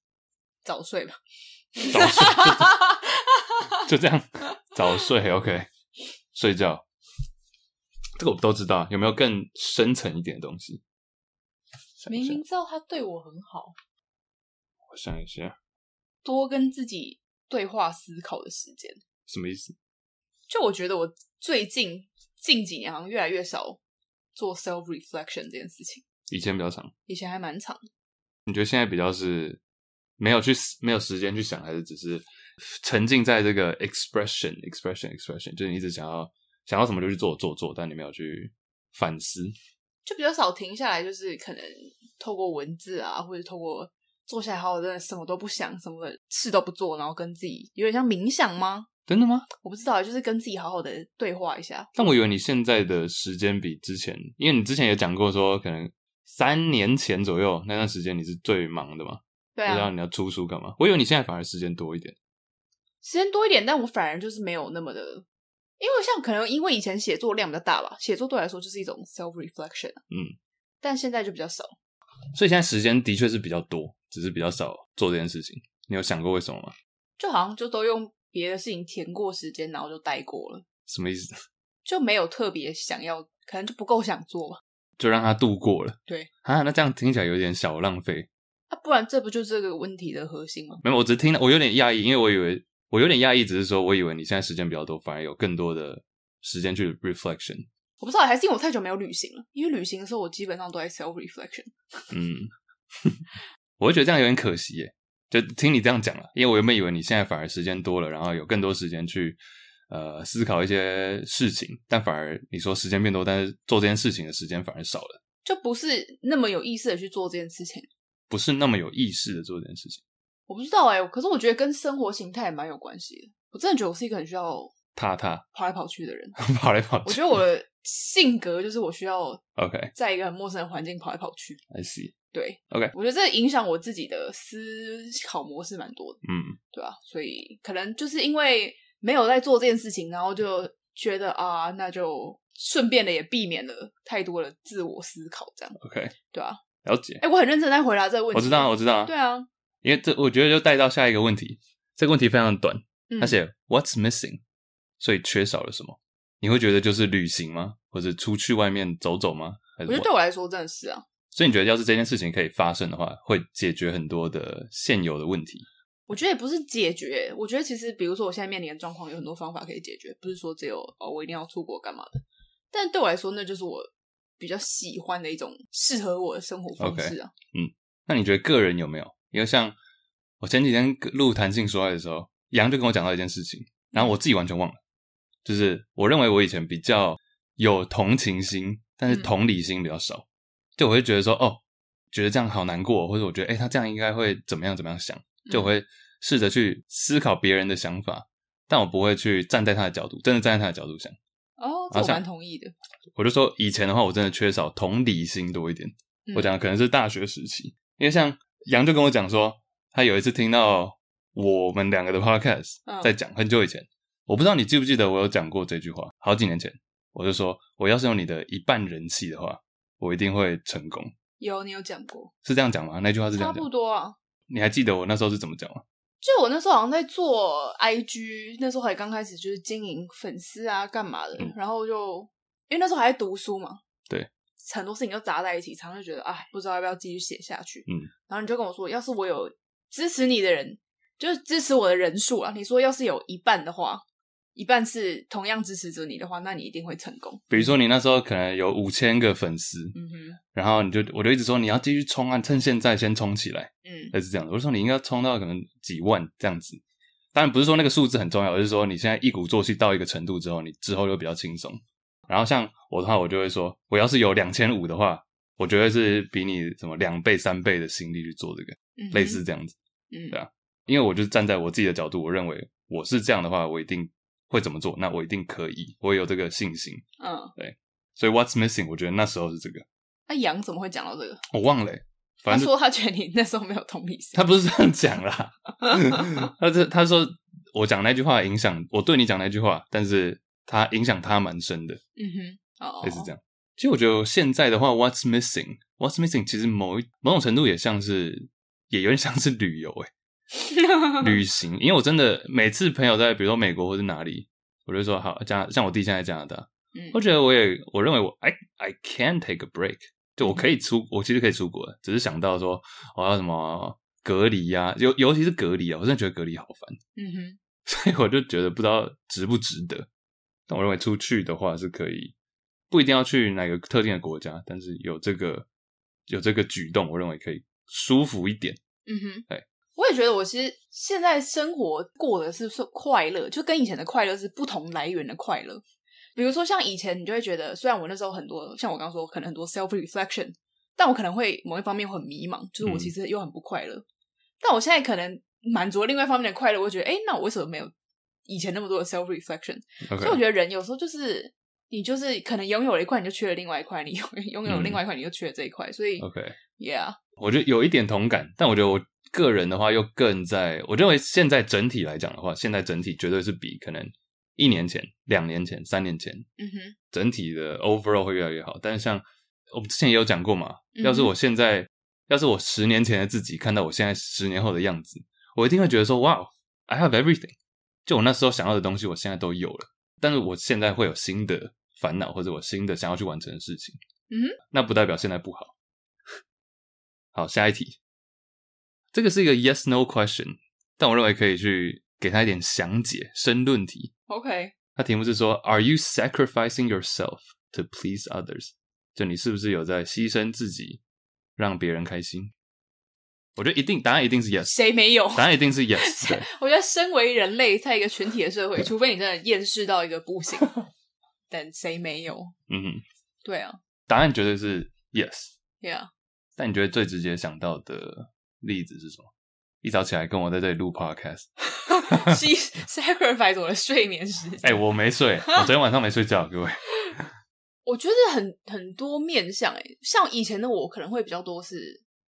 [SPEAKER 3] 早睡吧，
[SPEAKER 2] 早睡 就这样，早睡，OK，睡觉。这个我都知道，有没有更深层一点的东西？想一
[SPEAKER 3] 明
[SPEAKER 2] 下
[SPEAKER 3] 明知道他对我很好，
[SPEAKER 2] 我想一下，
[SPEAKER 3] 多跟自己对话思考的时间。
[SPEAKER 2] 什么意思？
[SPEAKER 3] 就我觉得我最近近几年好像越来越少做 self reflection 这件事情，
[SPEAKER 2] 以前比较长，
[SPEAKER 3] 以前还蛮长的。
[SPEAKER 2] 你觉得现在比较是没有去没有时间去想，还是只是沉浸在这个 expression expression expression，就是你一直想要想要什么就去做做做，但你没有去反思。
[SPEAKER 3] 就比较少停下来，就是可能透过文字啊，或者透过坐下来好好真的什么都不想，什么事都不做，然后跟自己有点像冥想吗？
[SPEAKER 2] 真的吗？
[SPEAKER 3] 我不知道，就是跟自己好好的对话一下。
[SPEAKER 2] 但我以为你现在的时间比之前，因为你之前也讲过说，可能三年前左右那段时间你是最忙的嘛，
[SPEAKER 3] 对
[SPEAKER 2] 不知道
[SPEAKER 3] 啊，
[SPEAKER 2] 你要出书干嘛。我以为你现在反而时间多一点。
[SPEAKER 3] 时间多一点，但我反而就是没有那么的，因为像可能因为以前写作量比较大吧，写作对我来说就是一种 self reflection，
[SPEAKER 2] 嗯，
[SPEAKER 3] 但现在就比较少。
[SPEAKER 2] 所以现在时间的确是比较多，只是比较少做这件事情。你有想过为什么吗？
[SPEAKER 3] 就好像就都用别的事情填过时间，然后就带过了，
[SPEAKER 2] 什么意思？
[SPEAKER 3] 就没有特别想要，可能就不够想做吧。
[SPEAKER 2] 就让它度过了。
[SPEAKER 3] 对
[SPEAKER 2] 啊，那这样听起来有点小浪费。
[SPEAKER 3] 啊，不然这不就是这个问题的核心吗？
[SPEAKER 2] 没有，我只是听了，我有点讶异，因为我以为我有点讶异，只是说我以为你现在时间比较多，反而有更多的时间去 reflection。
[SPEAKER 3] 我不知道，还是因为我太久没有旅行了。因为旅行的时候，我基本上都在 self reflection。
[SPEAKER 2] 嗯，我会觉得这样有点可惜耶。就听你这样讲了，因为我原本以为你现在反而时间多了，然后有更多时间去呃思考一些事情，但反而你说时间变多，但是做这件事情的时间反而少了，
[SPEAKER 3] 就不是那么有意识的去做这件事情。
[SPEAKER 2] 不是那么有意识的做这件事情。
[SPEAKER 3] 我不知道哎、可是我觉得跟生活形态也蛮有关系的。我真的觉得我是一个很需要
[SPEAKER 2] 踏踏
[SPEAKER 3] 跑来跑去的人。
[SPEAKER 2] 跑来跑
[SPEAKER 3] 我
[SPEAKER 2] 去
[SPEAKER 3] 觉得我的性格就是我需要
[SPEAKER 2] ，OK，I、
[SPEAKER 3] 在一个很陌生的环境跑来跑去。
[SPEAKER 2] see。
[SPEAKER 3] 对
[SPEAKER 2] OK
[SPEAKER 3] 我觉得这影响我自己的思考模式蛮多的，
[SPEAKER 2] 嗯，
[SPEAKER 3] 对吧、所以可能就是因为没有在做这件事情，然后就觉得啊，那就顺便的也避免了太多的自我思考，这样。
[SPEAKER 2] OK，
[SPEAKER 3] 对啊，
[SPEAKER 2] 了解，
[SPEAKER 3] 哎、我很认真在回答这个问题，
[SPEAKER 2] 我知道啊，我知道，
[SPEAKER 3] 对，啊，
[SPEAKER 2] 因为这我觉得就带到下一个问题，这个问题非常短，
[SPEAKER 3] 嗯，
[SPEAKER 2] 他写 What's missing，所以缺少了什么？你会觉得就是旅行吗？或者出去外面走走吗？还
[SPEAKER 3] 我
[SPEAKER 2] 是
[SPEAKER 3] 觉得
[SPEAKER 2] what？
[SPEAKER 3] 对我来说真的是啊，
[SPEAKER 2] 所以你觉得要是这件事情可以发生的话，会解决很多的现有的问题？
[SPEAKER 3] 我觉得也不是解决，欸我觉得其实比如说我现在面临的状况有很多方法可以解决，不是说只有哦我一定要出国干嘛的。但对我来说，那就是我比较喜欢的一种适合我的生活方式啊。
[SPEAKER 2] 那你觉得个人有没有？因为像我前几天录弹性说爱的时候，杨就跟我讲到一件事情，然后我自己完全忘了，就是我认为我以前比较有同情心，但是
[SPEAKER 3] 嗯
[SPEAKER 2] 同理心比较少，就我会觉得说哦，觉得这样好难过，或者我觉得哎、诶他这样应该会怎么样怎么样想，就我会试着去思考别人的想法，但我不会去站在他的角度，真的站在他的角度想。
[SPEAKER 3] 哦，这
[SPEAKER 2] 好
[SPEAKER 3] 我
[SPEAKER 2] 像
[SPEAKER 3] 蛮同意的。
[SPEAKER 2] 我就说以前的话，我真的缺少同理心多一点。
[SPEAKER 3] 嗯
[SPEAKER 2] 我讲的可能是大学时期，因为像杨就跟我讲说，他有一次听到我们两个的 podcast
[SPEAKER 3] 嗯
[SPEAKER 2] 在讲很久以前，我不知道你记不记得我有讲过这句话，好几年前，我就说我要是有你的一半人气的话，我一定会成功，
[SPEAKER 3] 有你有讲过，
[SPEAKER 2] 是这样讲吗？那句话是这
[SPEAKER 3] 差
[SPEAKER 2] 样
[SPEAKER 3] 不
[SPEAKER 2] 讲，
[SPEAKER 3] 多啊。
[SPEAKER 2] 你还记得我那时候是怎么讲吗？
[SPEAKER 3] 就我那时候好像在做 IG，那时候还刚开始就是经营粉丝啊，干嘛的。
[SPEAKER 2] 嗯
[SPEAKER 3] 然后就因为那时候还在读书嘛，
[SPEAKER 2] 对，
[SPEAKER 3] 很多事情都砸在一起，常常就觉得哎，不知道要不要继续写下去。
[SPEAKER 2] 嗯，
[SPEAKER 3] 然后你就跟我说，要是我有支持你的人，就是支持我的人数啊，你说要是有一半的话，一半是同样支持着你的话，那你一定会成功。
[SPEAKER 2] 比如说你那时候可能有五千个粉丝，
[SPEAKER 3] 嗯哼，
[SPEAKER 2] 然后你就我就一直说你要继续冲啊，趁现在先冲起来。
[SPEAKER 3] 嗯
[SPEAKER 2] 类似这样的。我就说你应该冲到可能几万这样子。当然不是说那个数字很重要，而是说你现在一鼓作气到一个程度之后，你之后就比较轻松。然后像我的话，我就会说，我要是有两千五的话，我觉得是比你什么两倍、三倍的心力去做这个，
[SPEAKER 3] 嗯哼，
[SPEAKER 2] 类似这样子。
[SPEAKER 3] 嗯
[SPEAKER 2] 对啊因为我就是站在我自己的角度，我认为我是这样的话，我一定会怎么做，那我一定可以，我也有这个信心。
[SPEAKER 3] 嗯。
[SPEAKER 2] 所以 What's missing？我觉得那时候是这个，
[SPEAKER 3] 那杨怎么会讲到这个？
[SPEAKER 2] 我忘了欸、
[SPEAKER 3] 他
[SPEAKER 2] 反正就
[SPEAKER 3] 说他觉得你那时候没有同理心。
[SPEAKER 2] 他不是这样讲啦，他这他说我讲那句话影响我对你讲那句话，但是他影响他蛮深的，
[SPEAKER 3] 嗯哼，哦，
[SPEAKER 2] 类似这样。其实我觉得现在的话，What's missing？What's missing？其实某一某种程度也像是，也有点像是旅游诶、
[SPEAKER 3] 嗯
[SPEAKER 2] 旅行。因为我真的每次朋友在比如说美国或是哪里，我就说好加像我弟现在在加拿大，
[SPEAKER 3] 嗯
[SPEAKER 2] 我觉得我也我认为我 I I can take a break，就我可以出，我其实可以出国的，只是想到说我要什么隔离呀、尤尤其是隔离啊，我真的觉得隔离好烦，
[SPEAKER 3] 嗯哼，
[SPEAKER 2] 所以我就觉得不知道值不值得。但我认为出去的话是可以，不一定要去哪个特定的国家，但是有这个有这个举动，我认为可以舒服一点。
[SPEAKER 3] 嗯哼，
[SPEAKER 2] 对，
[SPEAKER 3] 我也觉得我其实现在生活过的是是快乐，就跟以前的快乐是不同来源的快乐。比如说像以前，你就会觉得，虽然我那时候很多，像我刚刚说，可能很多 self reflection，但我可能会某一方面会很迷茫，就是我
[SPEAKER 2] 嗯
[SPEAKER 3] 其实又很不快乐。但我现在可能满足了另外一方面的快乐，我会觉得，哎、那我为什么没有以前那么多的 self reflection？所以我
[SPEAKER 2] OK，
[SPEAKER 3] 觉得人有时候就是你就是可能拥有了一块，你就缺了另外一块；你 拥拥有了另外一块，你就缺了这一块。所以
[SPEAKER 2] OK，
[SPEAKER 3] ，yeah，
[SPEAKER 2] 我觉得有一点同感，但我觉得我个人的话又更在，我认为现在整体来讲的话，现在整体绝对是比可能一年前、两年前、三年前
[SPEAKER 3] 嗯哼，
[SPEAKER 2] 整体的 overall 会越来越好。但是像我们之前也有讲过嘛，
[SPEAKER 3] 嗯
[SPEAKER 2] 要是我现在，要是我十年前的自己看到我现在十年后的样子，我一定会觉得说，哇，I have everything，就我那时候想要的东西，我现在都有了。但是我现在会有新的烦恼，或者我新的想要去完成的事情，
[SPEAKER 3] 嗯哼，
[SPEAKER 2] 那不代表现在不好。好，下一题，这个是一个 yes no question，但我认为可以去给他一点详解、申论题。
[SPEAKER 3] ，OK，
[SPEAKER 2] 它题目是说，Are you sacrificing yourself to please others？就你是不是有在牺牲自己，让别人开心？我觉得一定，答案一定是 yes，
[SPEAKER 3] 谁没有？
[SPEAKER 2] 答案一定是 yes 对。
[SPEAKER 3] 我觉得身为人类，在一个群体的社会，除非你真的厌世到一个不行，但谁没有？
[SPEAKER 2] 嗯哼，
[SPEAKER 3] 对啊
[SPEAKER 2] 答案绝对是 yes。
[SPEAKER 3] ，yeah，
[SPEAKER 2] 但你觉得最直接想到的例子是什么？一早起来跟我在这里录 podcast，
[SPEAKER 3] 牺 sacrifice 我的睡眠时间。
[SPEAKER 2] 哎、我没睡，我昨天晚上没睡觉，各位。
[SPEAKER 3] 欸我觉得很很多面向诶、像以前的我可能会比较多是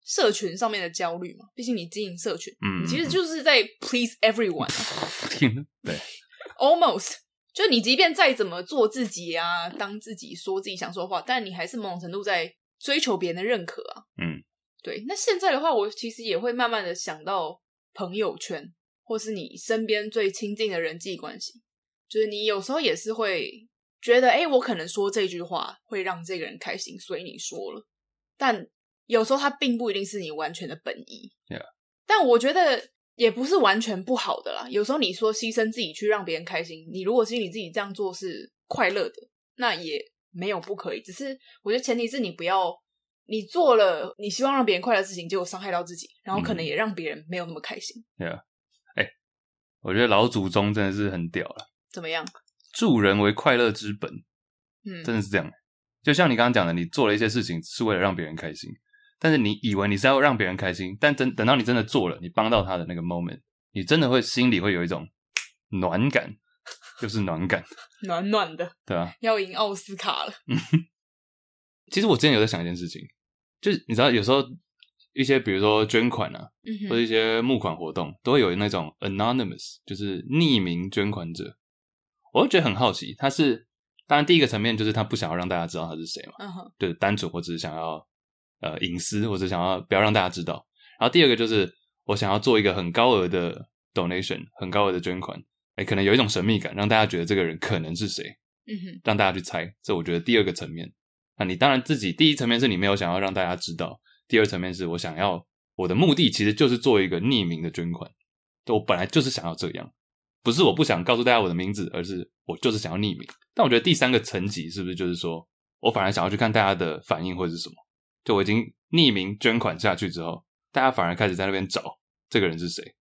[SPEAKER 3] 社群上面的焦虑嘛，毕竟你经营社群，
[SPEAKER 2] 嗯
[SPEAKER 3] 你其实就是在 please everyone 啊
[SPEAKER 2] 听对
[SPEAKER 3] almost。就你即便再怎么做自己啊，当自己说自己想说的话，但你还是某种程度在追求别人的认可啊。
[SPEAKER 2] 嗯，
[SPEAKER 3] 对。那现在的话，我其实也会慢慢的想到朋友圈，或是你身边最亲近的人际关系，就是你有时候也是会觉得，哎、我可能说这句话会让这个人开心，所以你说了，但有时候它并不一定是你完全的本意。
[SPEAKER 2] Yeah
[SPEAKER 3] 但我觉得也不是完全不好的啦。有时候你说牺牲自己去让别人开心，你如果是你自己这样做是快乐的，那也没有不可以。只是我觉得前提是你不要你做了你希望让别人快乐的事情，结果伤害到自己，然后可能也让别人没有那么开心。
[SPEAKER 2] 我觉得老祖宗真的是很屌了，
[SPEAKER 3] 怎么样？
[SPEAKER 2] 助人为快乐之本，
[SPEAKER 3] 嗯，
[SPEAKER 2] 真的是这样。就像你刚刚讲的，你做了一些事情是为了让别人开心，但是你以为你是要让别人开心，但等等到你真的做了，你帮到他的那个 moment，你真的会心里会有一种暖感，就是暖感，
[SPEAKER 3] 暖暖的，
[SPEAKER 2] 对吧、
[SPEAKER 3] 要赢奥斯卡了。
[SPEAKER 2] 其实我之前有在想一件事情，就是你知道有时候一些比如说捐款啊，
[SPEAKER 3] 嗯
[SPEAKER 2] 或者
[SPEAKER 3] 哼，
[SPEAKER 2] 一些募款活动，都会有那种 anonymous，就是匿名捐款者。我就觉得很好奇，他是当然第一个层面就是他不想要让大家知道他是谁嘛，
[SPEAKER 3] 嗯哼，
[SPEAKER 2] 就是单纯我只是想要呃隐私，我只想要不要让大家知道。然后第二个就是我想要做一个很高额的 donation，很高额的捐款，哎，可能有一种神秘感，让大家觉得这个人可能是谁。
[SPEAKER 3] 嗯哼，
[SPEAKER 2] 让大家去猜。这我觉得第二个层面。那你当然自己第一层面是你没有想要让大家知道，第二层面是我想要我的目的其实就是做一个匿名的捐款。对我本来就是想要这样，不是我不想告诉大家我的名字，而是我就是想要匿名。但我觉得第三个层级是不是就是说我反而想要去看大家的反应会是什么？就我已经匿名捐款下去之后，大家反而开始在那边找这个人是谁，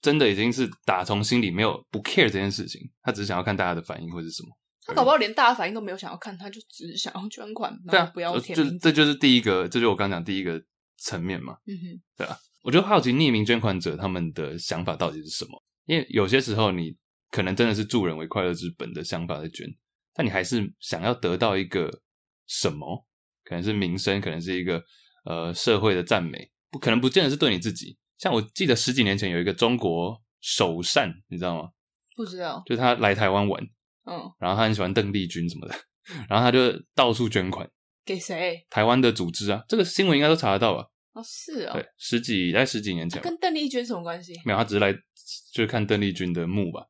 [SPEAKER 2] 真的已经是打从心里没有不 care 这件事情，他只是想要看大家的反应会是什么。
[SPEAKER 3] 他搞不好连大家反应都没有想要看，他就只是想要捐款，
[SPEAKER 2] 对
[SPEAKER 3] 然
[SPEAKER 2] 啊
[SPEAKER 3] 后，不要
[SPEAKER 2] 呃
[SPEAKER 3] 填
[SPEAKER 2] 就
[SPEAKER 3] 名字。
[SPEAKER 2] 这就是第一个，这就是我刚讲第一个层面嘛。
[SPEAKER 3] 嗯哼，
[SPEAKER 2] 我就好奇匿名捐款者他们的想法到底是什么，因为有些时候你可能真的是助人为快乐之本的想法在捐，但你还是想要得到一个什么，可能是名声，可能是一个呃社会的赞美，不可能不见得是对你自己。像我记得十几年前有一个中国首善，你知道吗？
[SPEAKER 3] 不知道，
[SPEAKER 2] 就是他来台湾玩，
[SPEAKER 3] 嗯，
[SPEAKER 2] 然后他很喜欢邓丽君什么的， 然后他就到处捐款。
[SPEAKER 3] 给谁？
[SPEAKER 2] 台湾的组织啊，这个新闻应该都查得到吧？
[SPEAKER 3] 哦，是哦，
[SPEAKER 2] 对，十几在十几年前吧，
[SPEAKER 3] 跟邓丽君什么关系？
[SPEAKER 2] 没有，他只是来就是看邓丽君的墓吧，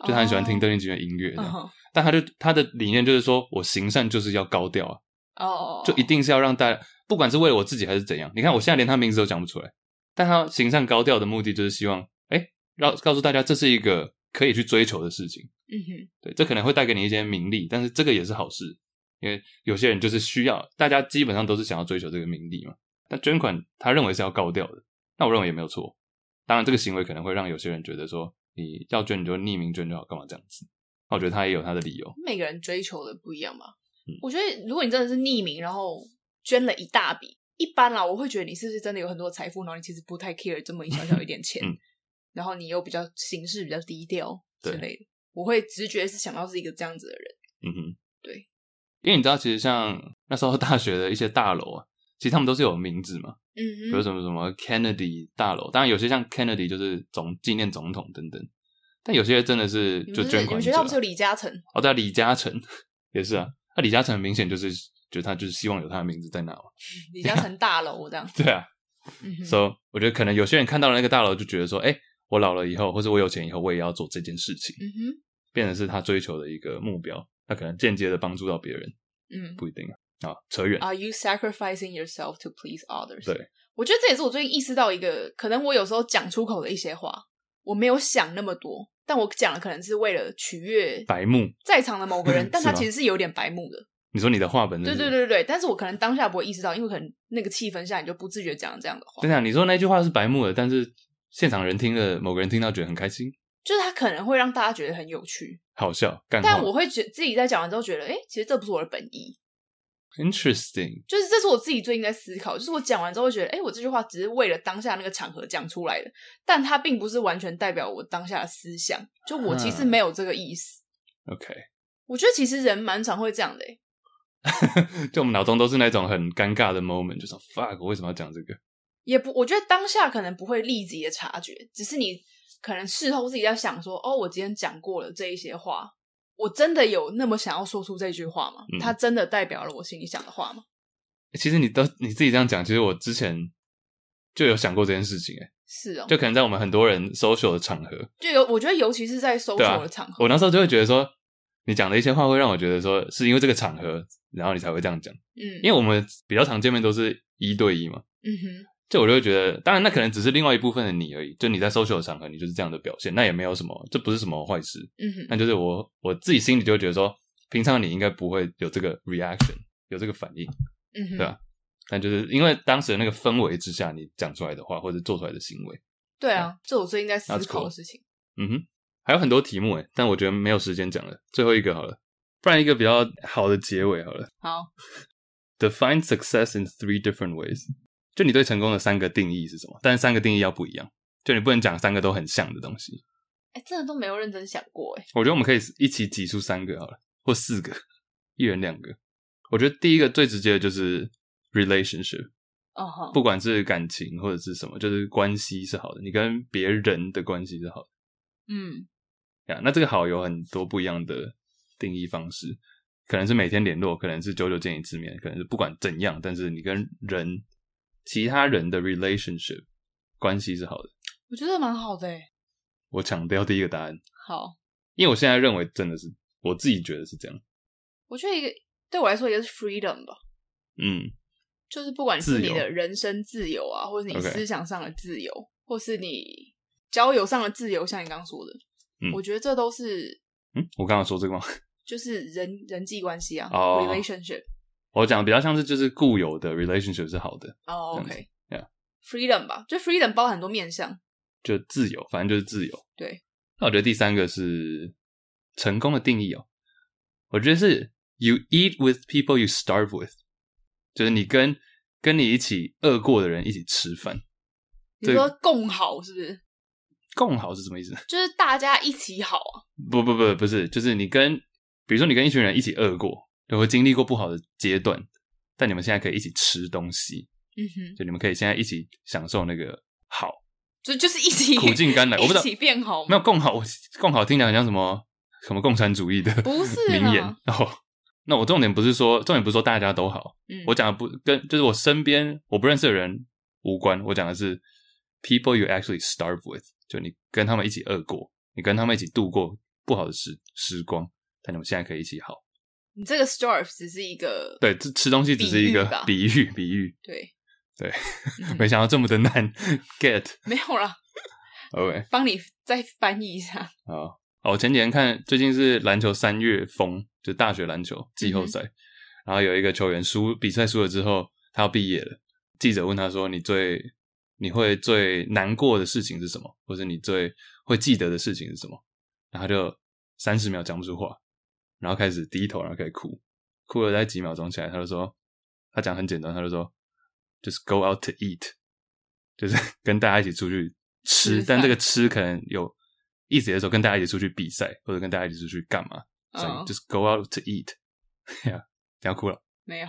[SPEAKER 2] 就他很喜欢听
[SPEAKER 3] 哦
[SPEAKER 2] 邓丽君啊的音乐这
[SPEAKER 3] 嗯
[SPEAKER 2] 样，
[SPEAKER 3] 哼，
[SPEAKER 2] 但他就他的理念就是说我行善就是要高调啊，
[SPEAKER 3] 哦哦，哦
[SPEAKER 2] 就一定是要让大家，不管是为了我自己还是怎样，你看我现在连他名字都讲不出来，但他行善高调的目的就是希望，哎，让告诉大家这是一个可以去追求的事情，
[SPEAKER 3] 嗯哼，
[SPEAKER 2] 对，这可能会带给你一些名利，但是这个也是好事，因为有些人就是需要，大家基本上都是想要追求这个名利嘛。那捐款他认为是要高调的，那我认为也没有错。当然，这个行为可能会让有些人觉得说，你要捐你就匿名捐就好，干嘛这样子？那我觉得他也有他的理由。
[SPEAKER 3] 每个人追求的不一样吧
[SPEAKER 2] 嗯。
[SPEAKER 3] 我觉得如果你真的是匿名，然后捐了一大笔，一般啦，我会觉得你是不是真的有很多财富，然后你其实不太 care 这么一小小一点钱，
[SPEAKER 2] 嗯
[SPEAKER 3] 然后你又比较行事比较低调之
[SPEAKER 2] 对
[SPEAKER 3] 类的，我会直觉是想到是一个这样子的人。
[SPEAKER 2] 嗯哼，
[SPEAKER 3] 对，
[SPEAKER 2] 因为你知道，其实像那时候大学的一些大楼啊，其实他们都是有名字嘛，比
[SPEAKER 3] 嗯
[SPEAKER 2] 如
[SPEAKER 3] 哼，
[SPEAKER 2] 什么什么 Kennedy 大楼，当然有些像 Kennedy 就是总纪念总统等等，但有些真的是
[SPEAKER 3] 你
[SPEAKER 2] 就捐
[SPEAKER 3] 们是你
[SPEAKER 2] 款
[SPEAKER 3] 们
[SPEAKER 2] 者
[SPEAKER 3] 学
[SPEAKER 2] 啊。
[SPEAKER 3] 校不是有李嘉诚？
[SPEAKER 2] 哦，对啊，李嘉诚也是啊。那李嘉诚很明显就是，就是他就是希望有他的名字在那嘛。
[SPEAKER 3] 李嘉诚大楼这样。
[SPEAKER 2] 对啊，
[SPEAKER 3] 嗯哼，
[SPEAKER 2] 所以、so, 我觉得可能有些人看到了那个大楼，就觉得说，哎、我老了以后，或者我有钱以后，我也要做这件事情，
[SPEAKER 3] 嗯哼，
[SPEAKER 2] 变成是他追求的一个目标。他可能间接的帮助到别人，
[SPEAKER 3] 嗯。
[SPEAKER 2] 不一定啊。啊，扯远。
[SPEAKER 3] Are you sacrificing yourself to please others？
[SPEAKER 2] 对，
[SPEAKER 3] 我觉得这也是我最近意识到一个，可能我有时候讲出口的一些话，我没有想那么多，但我讲的可能是为了取悦
[SPEAKER 2] 白目，
[SPEAKER 3] 在场的某个人
[SPEAKER 2] 是，
[SPEAKER 3] 但他
[SPEAKER 2] 吗嗯
[SPEAKER 3] 其实是有点白目的。
[SPEAKER 2] 你说你的话本身
[SPEAKER 3] 对
[SPEAKER 2] 是
[SPEAKER 3] 对。对对对，但是我可能当下不会意识到，因为可能那个气氛下，你就不自觉讲了这样的话
[SPEAKER 2] 等，啊等，你说那句话是白目的，但是现场人听了，某个人听到觉得很开心，
[SPEAKER 3] 就是他可能会让大家觉得很有趣，
[SPEAKER 2] 好笑，干
[SPEAKER 3] 但
[SPEAKER 2] 话
[SPEAKER 3] 我会觉自己在讲完之后觉得，哎，其实这不是我的本意，
[SPEAKER 2] interesting，
[SPEAKER 3] 就是这是我自己最近在思考，就是我讲完之后会觉得，哎、我这句话只是为了当下那个场合讲出来的，但它并不是完全代表我当下的思想，就我其
[SPEAKER 2] 嗯
[SPEAKER 3] 实没有这个意思。
[SPEAKER 2] OK，
[SPEAKER 3] 我觉得其实人蛮常会这样的、欸，
[SPEAKER 2] 就我们脑中都是那种很尴尬的 moment，就说 fuck，我为什么要讲这个？
[SPEAKER 3] 也不，我觉得当下可能不会立即的察觉，只是你可能事后自己在想说，哦，我今天讲过了这一些话，我真的有那么想要说出这句话吗？
[SPEAKER 2] 嗯
[SPEAKER 3] 它真的代表了我心里想的话吗？
[SPEAKER 2] 其实你都你自己这样讲，其实我之前就有想过这件事情，哎，
[SPEAKER 3] 是哦，
[SPEAKER 2] 就可能在我们很多人 social 的场合，
[SPEAKER 3] 就有，我觉得尤其是在搜
[SPEAKER 2] 对
[SPEAKER 3] 索
[SPEAKER 2] 啊
[SPEAKER 3] 的场合，
[SPEAKER 2] 我那时候就会觉得说，你讲的一些话会让我觉得说，是因为这个场合，然后你才会这样讲，
[SPEAKER 3] 嗯，
[SPEAKER 2] 因为我们比较常见面都是一对一嘛，
[SPEAKER 3] 嗯哼，
[SPEAKER 2] 就我就会觉得，当然那可能只是另外一部分的你而已，就你在 social 的场合，你就是这样的表现，那也没有什么，这不是什么坏事，
[SPEAKER 3] 嗯哼，
[SPEAKER 2] 但就是我我自己心里就会觉得说，平常你应该不会有这个 reaction，有这个反应。
[SPEAKER 3] 嗯哼，
[SPEAKER 2] 对啊但就是因为当时的那个氛围之下，你讲出来的话或者做出来的行为，
[SPEAKER 3] 对啊，这我最近在思
[SPEAKER 2] That's
[SPEAKER 3] 考的
[SPEAKER 2] cool
[SPEAKER 3] 事情。
[SPEAKER 2] 嗯哼，还有很多题目诶，但我觉得没有时间讲了，最后一个好了，不然一个比较好的结尾好了。
[SPEAKER 3] 好，
[SPEAKER 2] Define success in three different ways，就你对成功的三个定义是什么？但是三个定义要不一样，就你不能讲三个都很像的东西。
[SPEAKER 3] 哎、真的都没有认真想过哎、
[SPEAKER 2] 我觉得我们可以一起挤出三个好了，或四个，一人两个。我觉得第一个最直接的就是 relationship，
[SPEAKER 3] 哦吼、
[SPEAKER 2] 不管是感情或者是什么，就是关系是好的，你跟别人的关系是好的。
[SPEAKER 3] 嗯
[SPEAKER 2] 呀，那这个好有很多不一样的定义方式，可能是每天联络，可能是久久见一次面，可能是不管怎样，但是你跟人其他人的 relationship 关系是好的。
[SPEAKER 3] 我觉得蛮好的哎、
[SPEAKER 2] 我强调第一个答案，
[SPEAKER 3] 好，
[SPEAKER 2] 因为我现在认为真的是我自己觉得是这样。
[SPEAKER 3] 我觉得一个对我来说也是 freedom 吧，
[SPEAKER 2] 嗯，
[SPEAKER 3] 就是不管是
[SPEAKER 2] 自
[SPEAKER 3] 你
[SPEAKER 2] 由
[SPEAKER 3] 的人生自由啊，或者你
[SPEAKER 2] OK
[SPEAKER 3] 思想上的自由或是你交友上的自由，像你刚刚说的，
[SPEAKER 2] 嗯
[SPEAKER 3] 我觉得这都是
[SPEAKER 2] 嗯，我刚刚说这个吗？
[SPEAKER 3] 就是人人际关系啊、
[SPEAKER 2] 哦
[SPEAKER 3] r e l a t i o n s h i p
[SPEAKER 2] 我讲的比较像是就是固有的 relationship 是好的，
[SPEAKER 3] 哦、o
[SPEAKER 2] 这
[SPEAKER 3] k
[SPEAKER 2] 样子
[SPEAKER 3] freedom 吧，就 freedom 包含很多面向，
[SPEAKER 2] 就自由，反正就是自由。
[SPEAKER 3] 对，
[SPEAKER 2] 那我觉得第三个是成功的定义哦，我觉得是 you eat with people you starve with，就是你跟跟你一起饿过的人一起吃饭，
[SPEAKER 3] 你
[SPEAKER 2] 对
[SPEAKER 3] 说共好是不是？
[SPEAKER 2] 共好是什么意思？
[SPEAKER 3] 就是大家一起好啊，
[SPEAKER 2] 不不不，不是，就是你跟比如说你跟一群人一起饿过，就会经历过不好的阶段，但你们现在可以一起吃东西，
[SPEAKER 3] 嗯哼，
[SPEAKER 2] 就你们可以现在一起享受那个好，
[SPEAKER 3] 就就是一起
[SPEAKER 2] 苦尽 甘来。我不知道
[SPEAKER 3] 一起变好吗
[SPEAKER 2] 没有共好，共好听起来很像什么什么共产主义的
[SPEAKER 3] 不是啊啦
[SPEAKER 2] 名言哦。那我重点不是说，重点不是说大家都好，
[SPEAKER 3] 嗯，
[SPEAKER 2] 我讲的不跟就是我身边我不认识的人无关，我讲的是 people you actually starve with，就你跟他们一起饿过，你跟他们一起度过不好的时时光，但你们现在可以一起好。
[SPEAKER 3] 你这个 starve 只是一个
[SPEAKER 2] 对，这吃东西只是一个
[SPEAKER 3] 比
[SPEAKER 2] 比喻，比喻。
[SPEAKER 3] 对
[SPEAKER 2] 对，
[SPEAKER 3] 嗯
[SPEAKER 2] 没想到这么的难 get。
[SPEAKER 3] 没有啦，
[SPEAKER 2] OK，
[SPEAKER 3] 帮你再翻译一下。
[SPEAKER 2] 好，哦，我前几天看最近是篮球三月风，就大学篮球季后赛，然后有一个球员输比赛输了之后，他要毕业了。记者问他说：“你最你会最难过的事情是什么？或者你最会记得的事情是什么？”然后他就三十秒讲不出话，然后开始低头，然后开始哭，哭了在几秒钟起来，他就说：“他讲很简单，他就说，just go out to eat，就是 跟大家一起出去吃，
[SPEAKER 3] 吃饭
[SPEAKER 2] 但这个吃可能有意思的时候，跟大家一起出去比赛，或者跟大家一起出去干嘛，所以
[SPEAKER 3] 嗯，
[SPEAKER 2] just go out to eat。呀， 不要哭了。”
[SPEAKER 3] 没有，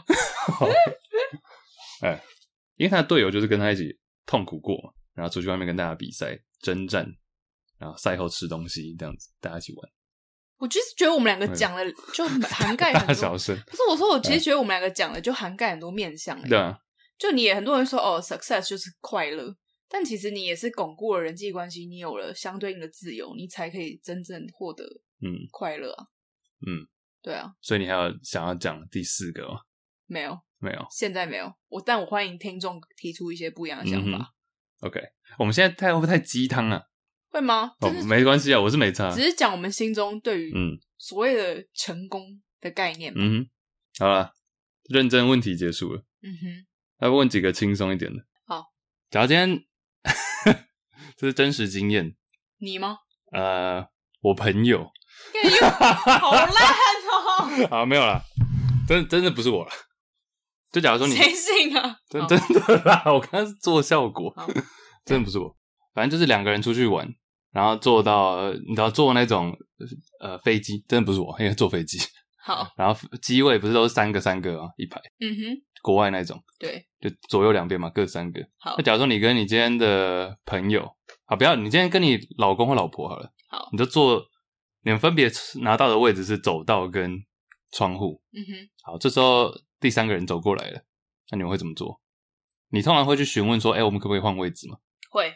[SPEAKER 2] 哎，因为他的队友就是跟他一起痛苦过嘛，然后出去外面跟大家比赛、征战，然后赛后吃东西这样子，大家一起玩。
[SPEAKER 3] 我就是觉得我们两个 讲的就涵盖
[SPEAKER 2] 大
[SPEAKER 3] 很
[SPEAKER 2] 小
[SPEAKER 3] 多。
[SPEAKER 2] 声，
[SPEAKER 3] 不是我说，我其实觉得我们两个讲的就涵盖很多面向、欸。
[SPEAKER 2] 对啊，
[SPEAKER 3] 就你也很多人说哦，success 就是快乐，但其实你也是巩固了人际关系，你有了相对应的自由，你才可以真正获得
[SPEAKER 2] 嗯
[SPEAKER 3] 快乐啊。
[SPEAKER 2] 嗯，
[SPEAKER 3] 对啊，
[SPEAKER 2] 所以你还有想要讲第四个吗？
[SPEAKER 3] 没有，
[SPEAKER 2] 没有
[SPEAKER 3] 现在没有我，但我欢迎听众提出一些不一样的想
[SPEAKER 2] 嗯哼
[SPEAKER 3] 法，
[SPEAKER 2] ，OK，我们现在太会不会太鸡汤啊？
[SPEAKER 3] 会吗？
[SPEAKER 2] 哦
[SPEAKER 3] 真，的
[SPEAKER 2] 没关系啊，我是没差。
[SPEAKER 3] 只是讲我们心中对于
[SPEAKER 2] 嗯
[SPEAKER 3] 所谓的成功的概念嘛。
[SPEAKER 2] 嗯哼，好了，认真问题结束了，
[SPEAKER 3] 嗯哼，
[SPEAKER 2] 要不问几个轻松一点的。
[SPEAKER 3] 好，
[SPEAKER 2] 假如今天 这是真实经验，
[SPEAKER 3] 你吗？
[SPEAKER 2] 呃，我朋友
[SPEAKER 3] 干又好烂哦、
[SPEAKER 2] 啊，没有啦，真真的不是我啦。就假如 说你
[SPEAKER 3] 谁信啊？
[SPEAKER 2] 真
[SPEAKER 3] 好
[SPEAKER 2] 真的啦，我刚刚是做效果
[SPEAKER 3] 好，
[SPEAKER 2] 真的不是我。反正就是两个人出去玩，然后坐到呃你知道坐那种呃飞机，真的不是我，因为坐飞机，
[SPEAKER 3] 好，
[SPEAKER 2] 然后机位不是都是三个三个啊一排，
[SPEAKER 3] 嗯哼，
[SPEAKER 2] 国外那种，
[SPEAKER 3] 对，
[SPEAKER 2] 就左右两边嘛，各三个。
[SPEAKER 3] 好
[SPEAKER 2] 那假如说你跟你今天的朋友，好，不要你今天跟你老公或老婆好了，
[SPEAKER 3] 好
[SPEAKER 2] 你就坐，你们分别拿到的位置是走道跟窗户。
[SPEAKER 3] 嗯哼，
[SPEAKER 2] 好，这时候第三个人走过来了，那你们会怎么做？你通常会去询问说，哎、我们可不可以换位置嘛？
[SPEAKER 3] 会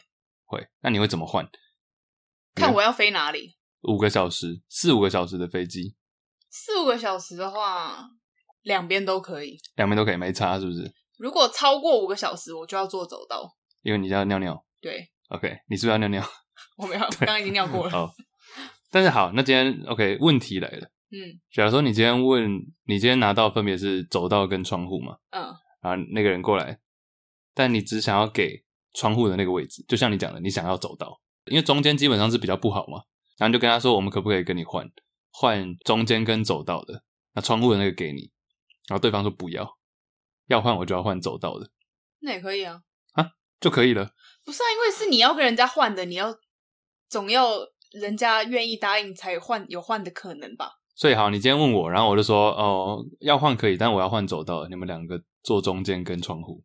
[SPEAKER 2] 会，那你会怎么换？
[SPEAKER 3] 看我要飞哪里。
[SPEAKER 2] 五个小时，四五个小时的飞机，
[SPEAKER 3] 四五个小时的话，两边都可以。
[SPEAKER 2] 两边都可以没差，是不是？
[SPEAKER 3] 如果超过五个小时，我就要做走道。
[SPEAKER 2] 因为你要尿尿
[SPEAKER 3] 对，
[SPEAKER 2] ，OK，你是不是要尿尿？
[SPEAKER 3] 我没有，我刚刚已经尿过了。
[SPEAKER 2] 好，但是好，那今天 OK，问题来了。
[SPEAKER 3] 嗯
[SPEAKER 2] 假如说你今天问，你今天拿到分别是走道跟窗户嘛，
[SPEAKER 3] 嗯，
[SPEAKER 2] 然后那个人过来，但你只想要给窗户的那个位置，就像你讲的，你想要走道，因为中间基本上是比较不好嘛，然后你就跟他说，我们可不可以跟你换换中间跟走道的，那窗户的那个给你，然后对方说不要，要换我就要换走道的
[SPEAKER 3] 那也可以啊。
[SPEAKER 2] 就可以了。
[SPEAKER 3] 不是啊，因为是你要跟人家换的，你要总要人家愿意答应才有换有换的可能吧？
[SPEAKER 2] 所以好，你今天问我，然后我就说，哦，要换可以，但我要换走道的，你们两个坐中间跟窗户。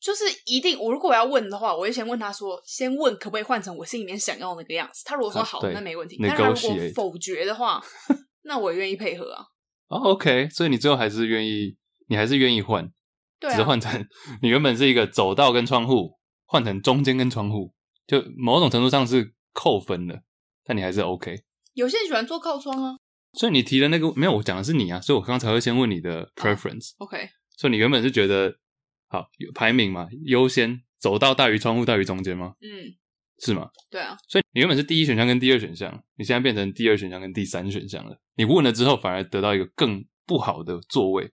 [SPEAKER 3] 就是一定，我如果我要问的话，我会先问他说，先问可不可以换成我心里面想要的那个样子。他如果说
[SPEAKER 2] 啊
[SPEAKER 3] 好，
[SPEAKER 2] 对
[SPEAKER 3] 那没问题。但他如果
[SPEAKER 2] Negotiate
[SPEAKER 3] 否决的话， 那我也愿意配合啊。
[SPEAKER 2] 哦，OK，所以你最后还是愿意，你还是愿意换，
[SPEAKER 3] 对
[SPEAKER 2] 只是
[SPEAKER 3] 啊，
[SPEAKER 2] 换成 你原本是一个走道跟窗户，换成中间跟窗户，就某种程度上是扣分的，但你还是 OK。
[SPEAKER 3] 有些人喜欢坐靠窗啊。
[SPEAKER 2] 所以你提的那个没有，我讲的是你啊，所以我刚才会先问你的 preference。
[SPEAKER 3] OK，
[SPEAKER 2] 所以你原本是觉得好有排名嘛，优先走道大于窗户大于中间吗？
[SPEAKER 3] 嗯，
[SPEAKER 2] 是吗？
[SPEAKER 3] 对啊，
[SPEAKER 2] 所以你原本是第一选项跟第二选项，你现在变成第二选项跟第三选项了。你问了之后，反而得到一个更不好的座位。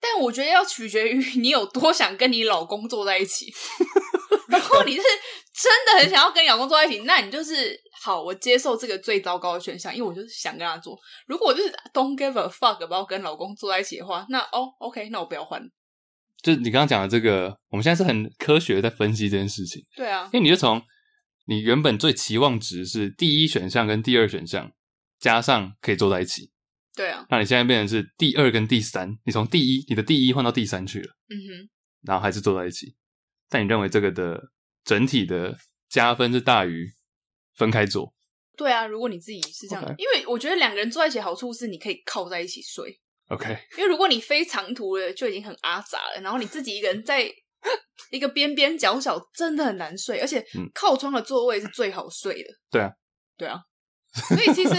[SPEAKER 3] 但我觉得要取决于你有多想跟你老公坐在一起。如果你是真的很想要跟你老公坐在一起，那你就是好，我接受这个最糟糕的选项，因为我就是想跟他做。如果我就是 don't give a fuck 不要跟老公坐在一起的话，那哦，OK，那我不要换。
[SPEAKER 2] 就是你刚刚讲的这个，我们现在是很科学地在分析这件事情，
[SPEAKER 3] 对啊，
[SPEAKER 2] 因为你就从你原本最期望值是第一选项跟第二选项加上可以坐在一起，
[SPEAKER 3] 对啊，
[SPEAKER 2] 那你现在变成是第二跟第三，你从第一你的第一换到第三去了，
[SPEAKER 3] 嗯哼，
[SPEAKER 2] 然后还是坐在一起，但你认为这个的整体的加分是大于分开坐。
[SPEAKER 3] 对啊。如果你自己是这样
[SPEAKER 2] OK
[SPEAKER 3] 因为我觉得两个人坐在一起的好处是你可以靠在一起睡，
[SPEAKER 2] OK，
[SPEAKER 3] 因为如果你飞长途了，就已经很阿杂了，然后你自己一个人在 一个边边角角，真的很难睡，而且
[SPEAKER 2] 嗯
[SPEAKER 3] 靠窗的座位是最好睡的。
[SPEAKER 2] 对啊，
[SPEAKER 3] 对啊，所以其实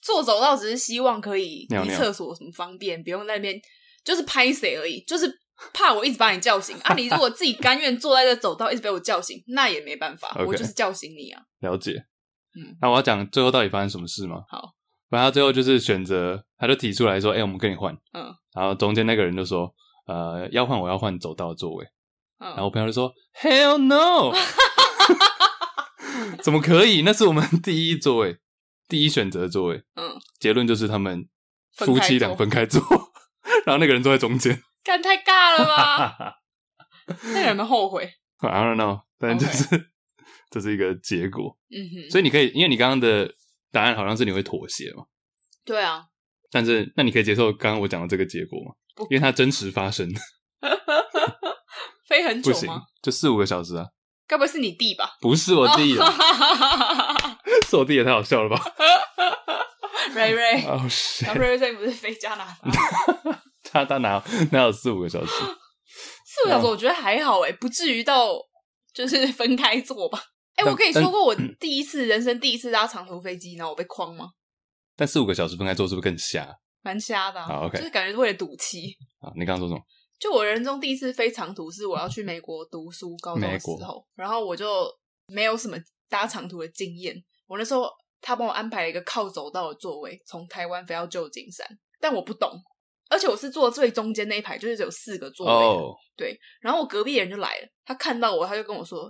[SPEAKER 3] 坐走道只是希望可以
[SPEAKER 2] 尿
[SPEAKER 3] 离
[SPEAKER 2] 尿
[SPEAKER 3] 厕所什么方便，不用在那边就是拍谁而已，就是怕我一直把你叫醒啊。你如果自己甘愿坐在这走道一直被我叫醒，那也没办法
[SPEAKER 2] OK
[SPEAKER 3] 我就是叫醒你啊。
[SPEAKER 2] 了解。
[SPEAKER 3] 嗯，
[SPEAKER 2] 那我要讲最后到底发生什么事吗？
[SPEAKER 3] 好，
[SPEAKER 2] 反正他最后就是选择，他就提出来说：“哎、我们跟你换。”
[SPEAKER 3] 嗯，
[SPEAKER 2] 然后中间那个人就说：“呃，要换我要换走道的座位。”
[SPEAKER 3] 嗯，
[SPEAKER 2] 然后我朋友就说：“Hell no！” 怎么可以？那是我们 第一座位，第一选择的座位。
[SPEAKER 3] 嗯，
[SPEAKER 2] 结论就是他们
[SPEAKER 3] 分
[SPEAKER 2] 夫
[SPEAKER 3] 开
[SPEAKER 2] 妻
[SPEAKER 3] 坐
[SPEAKER 2] 俩分开坐， 然后那个人坐在中间。
[SPEAKER 3] 干太尬了 吧？那个人们后悔。
[SPEAKER 2] I don't know，但就是 这是一个结果。
[SPEAKER 3] 嗯哼，
[SPEAKER 2] 所以你可以，因为你刚刚的答案好像是你会妥协嘛，
[SPEAKER 3] 对啊，
[SPEAKER 2] 但是那你可以接受刚刚我讲的这个结果吗
[SPEAKER 3] 不？
[SPEAKER 2] 因为它真实发生，
[SPEAKER 3] 飞很
[SPEAKER 2] 不
[SPEAKER 3] 久
[SPEAKER 2] 行
[SPEAKER 3] 吗？，
[SPEAKER 2] 就四五个小时啊，
[SPEAKER 3] 该不会是你弟吧？
[SPEAKER 2] 不是我弟
[SPEAKER 3] 哦
[SPEAKER 2] 啊，
[SPEAKER 3] 啊，
[SPEAKER 2] 是我弟也太好笑了 吧？
[SPEAKER 3] 瑞瑞，
[SPEAKER 2] 哦，是
[SPEAKER 3] 然后瑞瑞最近不是飞加拿
[SPEAKER 2] 嗯
[SPEAKER 3] 大？
[SPEAKER 2] 他他哪哪有四五个小时？
[SPEAKER 3] 四个小时
[SPEAKER 2] 嗯
[SPEAKER 3] 我觉得还好哎，不至于到就是 分开坐吧。哎，
[SPEAKER 2] 但嗯
[SPEAKER 3] 我跟你说过，我第一次人生第一次搭长途飞机，然后我被框吗？
[SPEAKER 2] 但四五个小时分开坐是不是更瞎？
[SPEAKER 3] 蛮瞎的
[SPEAKER 2] 好
[SPEAKER 3] 啊，
[SPEAKER 2] ，OK
[SPEAKER 3] 就是感觉是为了赌气。
[SPEAKER 2] 啊，你刚刚说什么？
[SPEAKER 3] 就我人生中第一次飞长途是我要去美国读书，高中的时
[SPEAKER 2] 美
[SPEAKER 3] 候，然后我就没有什么搭长途的经验。我那时候他帮我安排了一个靠走道的座位，从台湾飞到旧金山，但我不懂，而且我是坐最中间那一排，就是只有四个座位。
[SPEAKER 2] 哦，
[SPEAKER 3] 然后我隔壁的人就来了，他看到我，他就跟我说：“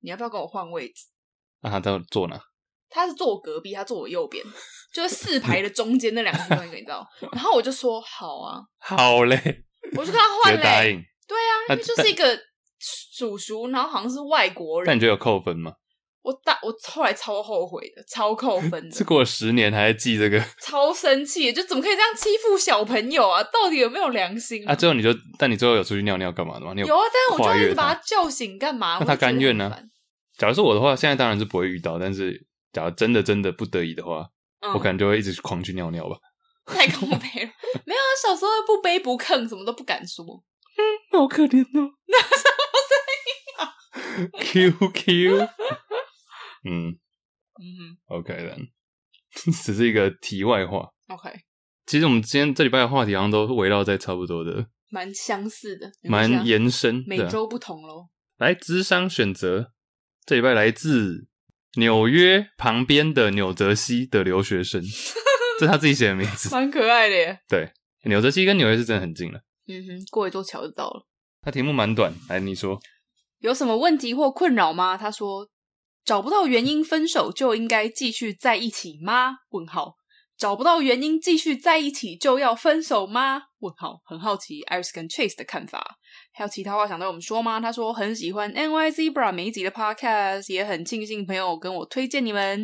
[SPEAKER 3] 你要不要跟我换位置
[SPEAKER 2] 那他到底坐哪？？”
[SPEAKER 3] 他是坐我隔壁，他坐我右边，就是四排的中间那两个地方，你知道？ 然后我就说：“好啊。
[SPEAKER 2] 好嘞，”
[SPEAKER 3] 我就跟他换
[SPEAKER 2] 直接答
[SPEAKER 3] 嘞、
[SPEAKER 2] 应。
[SPEAKER 3] 对啊，
[SPEAKER 2] 那
[SPEAKER 3] 因为就是一个叔叔，然后好像是外国人
[SPEAKER 2] 但你，觉得有扣分吗？
[SPEAKER 3] 我大我后来超后悔的，超扣分
[SPEAKER 2] 这
[SPEAKER 3] 的，
[SPEAKER 2] 过了十年还在记这个
[SPEAKER 3] 超生气，就怎么可以这样欺负小朋友啊？到底有没有良心
[SPEAKER 2] 啊？最后你就，但你最后有出去尿尿干嘛的吗？你有
[SPEAKER 3] 嗯有啊，但是我
[SPEAKER 2] 跨
[SPEAKER 3] 就一
[SPEAKER 2] 越
[SPEAKER 3] 直把
[SPEAKER 2] 它
[SPEAKER 3] 他叫醒干嘛？
[SPEAKER 2] 那他
[SPEAKER 3] 我就觉得
[SPEAKER 2] 甘愿呢
[SPEAKER 3] 很烦
[SPEAKER 2] 假如是我的话，现在当然是不会遇到，但是假如真的真的不得已的话，
[SPEAKER 3] 嗯，
[SPEAKER 2] 我可能就会一直狂去尿尿吧。
[SPEAKER 3] 太空杯了，没有啊，小时候不卑不亢，什么都不敢说。
[SPEAKER 2] 好可怜哦，那什么声音啊 ？QQ，嗯
[SPEAKER 3] 嗯
[SPEAKER 2] ，OK 的， 只是一个题外话。
[SPEAKER 3] 哼，OK，
[SPEAKER 2] 其实我们今天这礼拜的话题好像都围绕在差不多的，
[SPEAKER 3] 蛮相似的，有没有
[SPEAKER 2] 蛮
[SPEAKER 3] 这样
[SPEAKER 2] 延伸
[SPEAKER 3] 每
[SPEAKER 2] 的。啊
[SPEAKER 3] 周不同喽。
[SPEAKER 2] 来，智商选择这礼拜来自纽约旁边的纽泽西的留学 生，这是他自己写的名字。
[SPEAKER 3] 蛮可爱的耶。
[SPEAKER 2] 纽泽西跟纽约是真的很近了。
[SPEAKER 3] 嗯哼，过一座桥就到了。
[SPEAKER 2] 他题目蛮短，来你说。
[SPEAKER 3] 有什么问题或困扰吗？他说找不到原因分手就应该继续在一起吗？问号。找不到原因继续在一起就要分手吗？问号。很好奇 Iris 跟 Chase 的看法，还有其他话想对我们说吗？他说很喜欢 NY Zebra 每一集的 Podcast，也很庆幸朋友跟我推荐你们。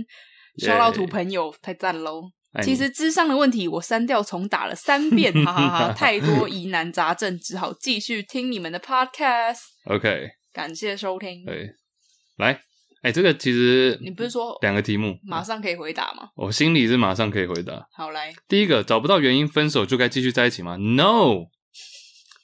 [SPEAKER 2] 耶
[SPEAKER 3] 烧老土朋友太赞喽！
[SPEAKER 2] 哎爱你
[SPEAKER 3] 其实智商的问题，我删掉重打了三遍，哈哈哈！太多疑难杂症，只好继续听你们的 podcast。
[SPEAKER 2] OK，
[SPEAKER 3] 感谢收听。
[SPEAKER 2] 对，来，哎、这个其实
[SPEAKER 3] 你不是说
[SPEAKER 2] 两嗯个题目，
[SPEAKER 3] 马上可以回答吗？
[SPEAKER 2] 我心里是马上可以回答。
[SPEAKER 3] 好来，
[SPEAKER 2] 第一个，找不到原因分手就该继续在一起吗？No，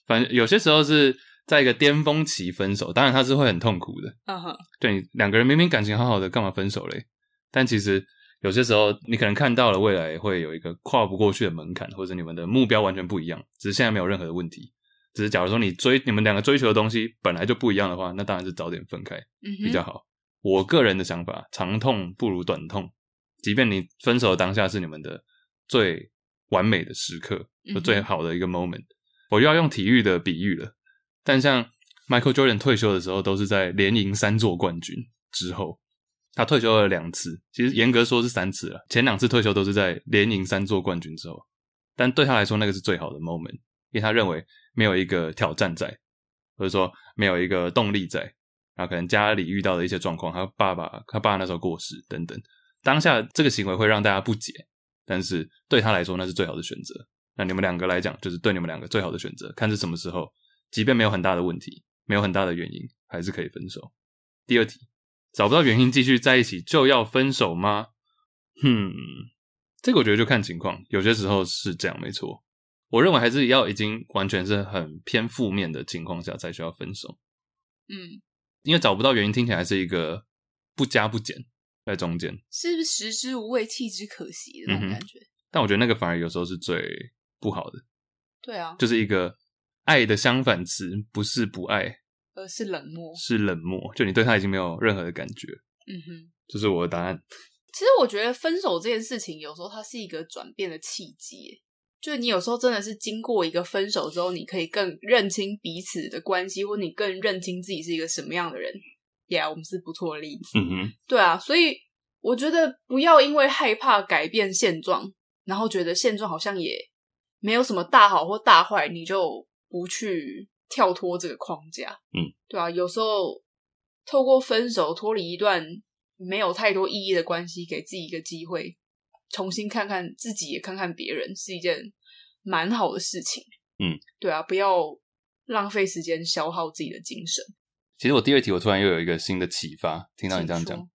[SPEAKER 2] 反正有些时候是在一个巅峰期分手，当然他是会很痛苦的。
[SPEAKER 3] 嗯哼，
[SPEAKER 2] 对你两个人明明感情好好的，干嘛分手嘞？但其实有些时候你可能看到了未来会有一个跨不过去的门槛，或者你们的目标完全不一样，只是现在没有任何的问题。只是假如说你追你们两个追求的东西本来就不一样的话，那当然是早点分开
[SPEAKER 3] 嗯
[SPEAKER 2] 比较
[SPEAKER 3] 哼，
[SPEAKER 2] 好。我个人的想法，长痛不如短痛。即便你分手的当下是你们的最完美的时刻，
[SPEAKER 3] 嗯哼
[SPEAKER 2] 就最好的一个 moment，、我又要用体育的比喻了。但像 Michael Jordan 退休的时候，都是在连赢三座冠军之后，他退休了两次，其实严格说是三次了。前两次退休都是在连赢三座冠军之后，但对他来说那个是最好的 moment，因为他认为没有一个挑战在，或者说没有一个动力在，然后可能家里遇到的一些状况，他爸爸他爸那时候过世等等，当下这个行为会让大家不解，但是对他来说那是最好的选择。那你们两个来讲，就是对你们两个最好的选择，看是什么时候，即便没有很大的问题，没有很大的原因，还是可以分手。第二题，找不到原因继续在一起就要分手吗？哼，这个我觉得就看情况，有些时候是这样，没错。我认为还是要已经完全是很偏负面的情况下才需要分手。
[SPEAKER 3] 嗯，
[SPEAKER 2] 因为找不到原因，听起来是一个不加不减在中间。
[SPEAKER 3] 是不是食之无味，弃之可惜的那
[SPEAKER 2] 嗯
[SPEAKER 3] 种感觉？
[SPEAKER 2] 但我觉得那个反而有时候是最不好的，
[SPEAKER 3] 对啊，
[SPEAKER 2] 就是一个爱的相反词，不是不爱，
[SPEAKER 3] 而是冷漠。
[SPEAKER 2] 是冷漠。就你对他已经没有任何的感觉，
[SPEAKER 3] 嗯哼，
[SPEAKER 2] 这是我的答案。
[SPEAKER 3] 其实我觉得分手这件事情，有时候它是一个转变的契机。就是你有时候真的是经过一个分手之后，你可以更认清彼此的关系，或你更认清自己是一个什么样的人。yeah,，我们是不错的例子。
[SPEAKER 2] 嗯哼，
[SPEAKER 3] 对啊，所以我觉得不要因为害怕改变现状，然后觉得现状好像也没有什么大好或大坏，你就不去跳脱这个框架。
[SPEAKER 2] 嗯，
[SPEAKER 3] 对啊，有时候透过分手脱离一段没有太多意义的关系，给自己一个机会，重新看看自己，也看看别人，是一件蛮好的事情。
[SPEAKER 2] 嗯，
[SPEAKER 3] 对啊，不要浪费时间消耗自己的精神。
[SPEAKER 2] 其实我第二题我突然又有一个新的启发，听到你这样
[SPEAKER 3] 请
[SPEAKER 2] 讲
[SPEAKER 3] 说，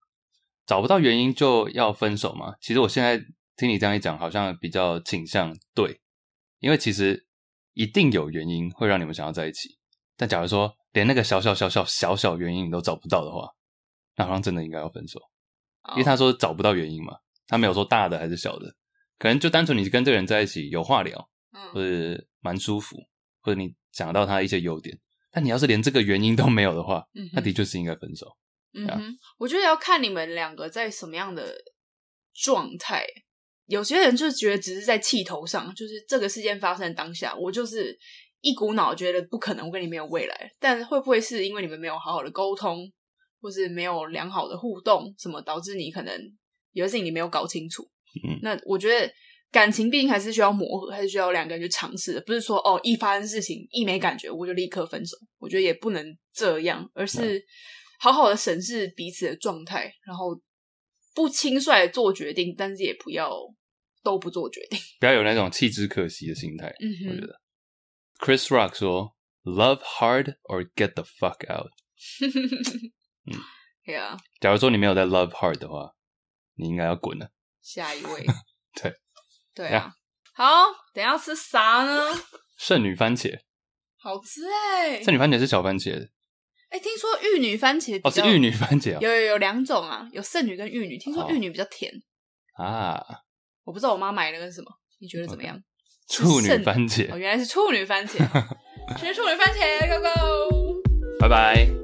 [SPEAKER 2] 找不到原因就要分手吗？其实我现在听你这样一讲，好像比较倾向对，因为其实一定有原因会让你们想要在一起。但假如说连那个小小小小小小原因你都找不到的话，那好像真的应该要分手，因为他说找不到原因嘛，他没有说大的还是小的，可能就单纯你跟这个人在一起有话聊，或
[SPEAKER 3] 嗯
[SPEAKER 2] 者蛮舒服，或者你想到他一些优点。但你要是连这个原因都没有的话，
[SPEAKER 3] 嗯哼
[SPEAKER 2] 那的确是应该分手。
[SPEAKER 3] 嗯
[SPEAKER 2] 啊
[SPEAKER 3] 哼，我觉得要看你们两个在什么样的状态。有些人就觉得只是在气头上，就是这个事件发生的当下，我就是一股脑觉得不可能，我跟你没有未来。但会不会是因为你们没有好好的沟通，或是没有良好的互动，什么导致你可能有些事情你没有搞清楚？
[SPEAKER 2] 嗯
[SPEAKER 3] 那我觉得感情毕竟还是需要磨合，还是需要两个人去尝试的，不是说哦
[SPEAKER 2] 嗯
[SPEAKER 3] 一发生事情一没感觉我就立刻分手，我觉得也不能这样，而是好好的审视彼此的状态，然后不轻率的做决定，但是也不要都不做决定。
[SPEAKER 2] 不要有那种弃之可惜的心态。
[SPEAKER 3] 嗯
[SPEAKER 2] 我觉
[SPEAKER 3] 哼，
[SPEAKER 2] 得 Chris Rock 说：“Love hard or get the fuck out。
[SPEAKER 3] 对啊，”
[SPEAKER 2] 假如说你没有在 love hard 的话，你应该要滚了。，
[SPEAKER 3] 下一位
[SPEAKER 2] 对，
[SPEAKER 3] 对啊，好，等一下吃啥呢？
[SPEAKER 2] 剩女番茄，
[SPEAKER 3] 好吃哎、欸，
[SPEAKER 2] 剩女番茄是小番茄的
[SPEAKER 3] 哎、听说玉女番茄比
[SPEAKER 2] 哦，是
[SPEAKER 3] 较
[SPEAKER 2] 玉女番茄啊
[SPEAKER 3] 有有有两种啊，有剩女跟玉女。听说
[SPEAKER 2] 哦
[SPEAKER 3] 玉女比较甜，
[SPEAKER 2] 啊，
[SPEAKER 3] 我不知道我妈买了个是什么，你觉得怎么样？
[SPEAKER 2] 处
[SPEAKER 3] 剩
[SPEAKER 2] 女番
[SPEAKER 3] 哦，
[SPEAKER 2] 茄，
[SPEAKER 3] 原来是处女番茄，吃处女番茄，Go Go！
[SPEAKER 2] 拜拜。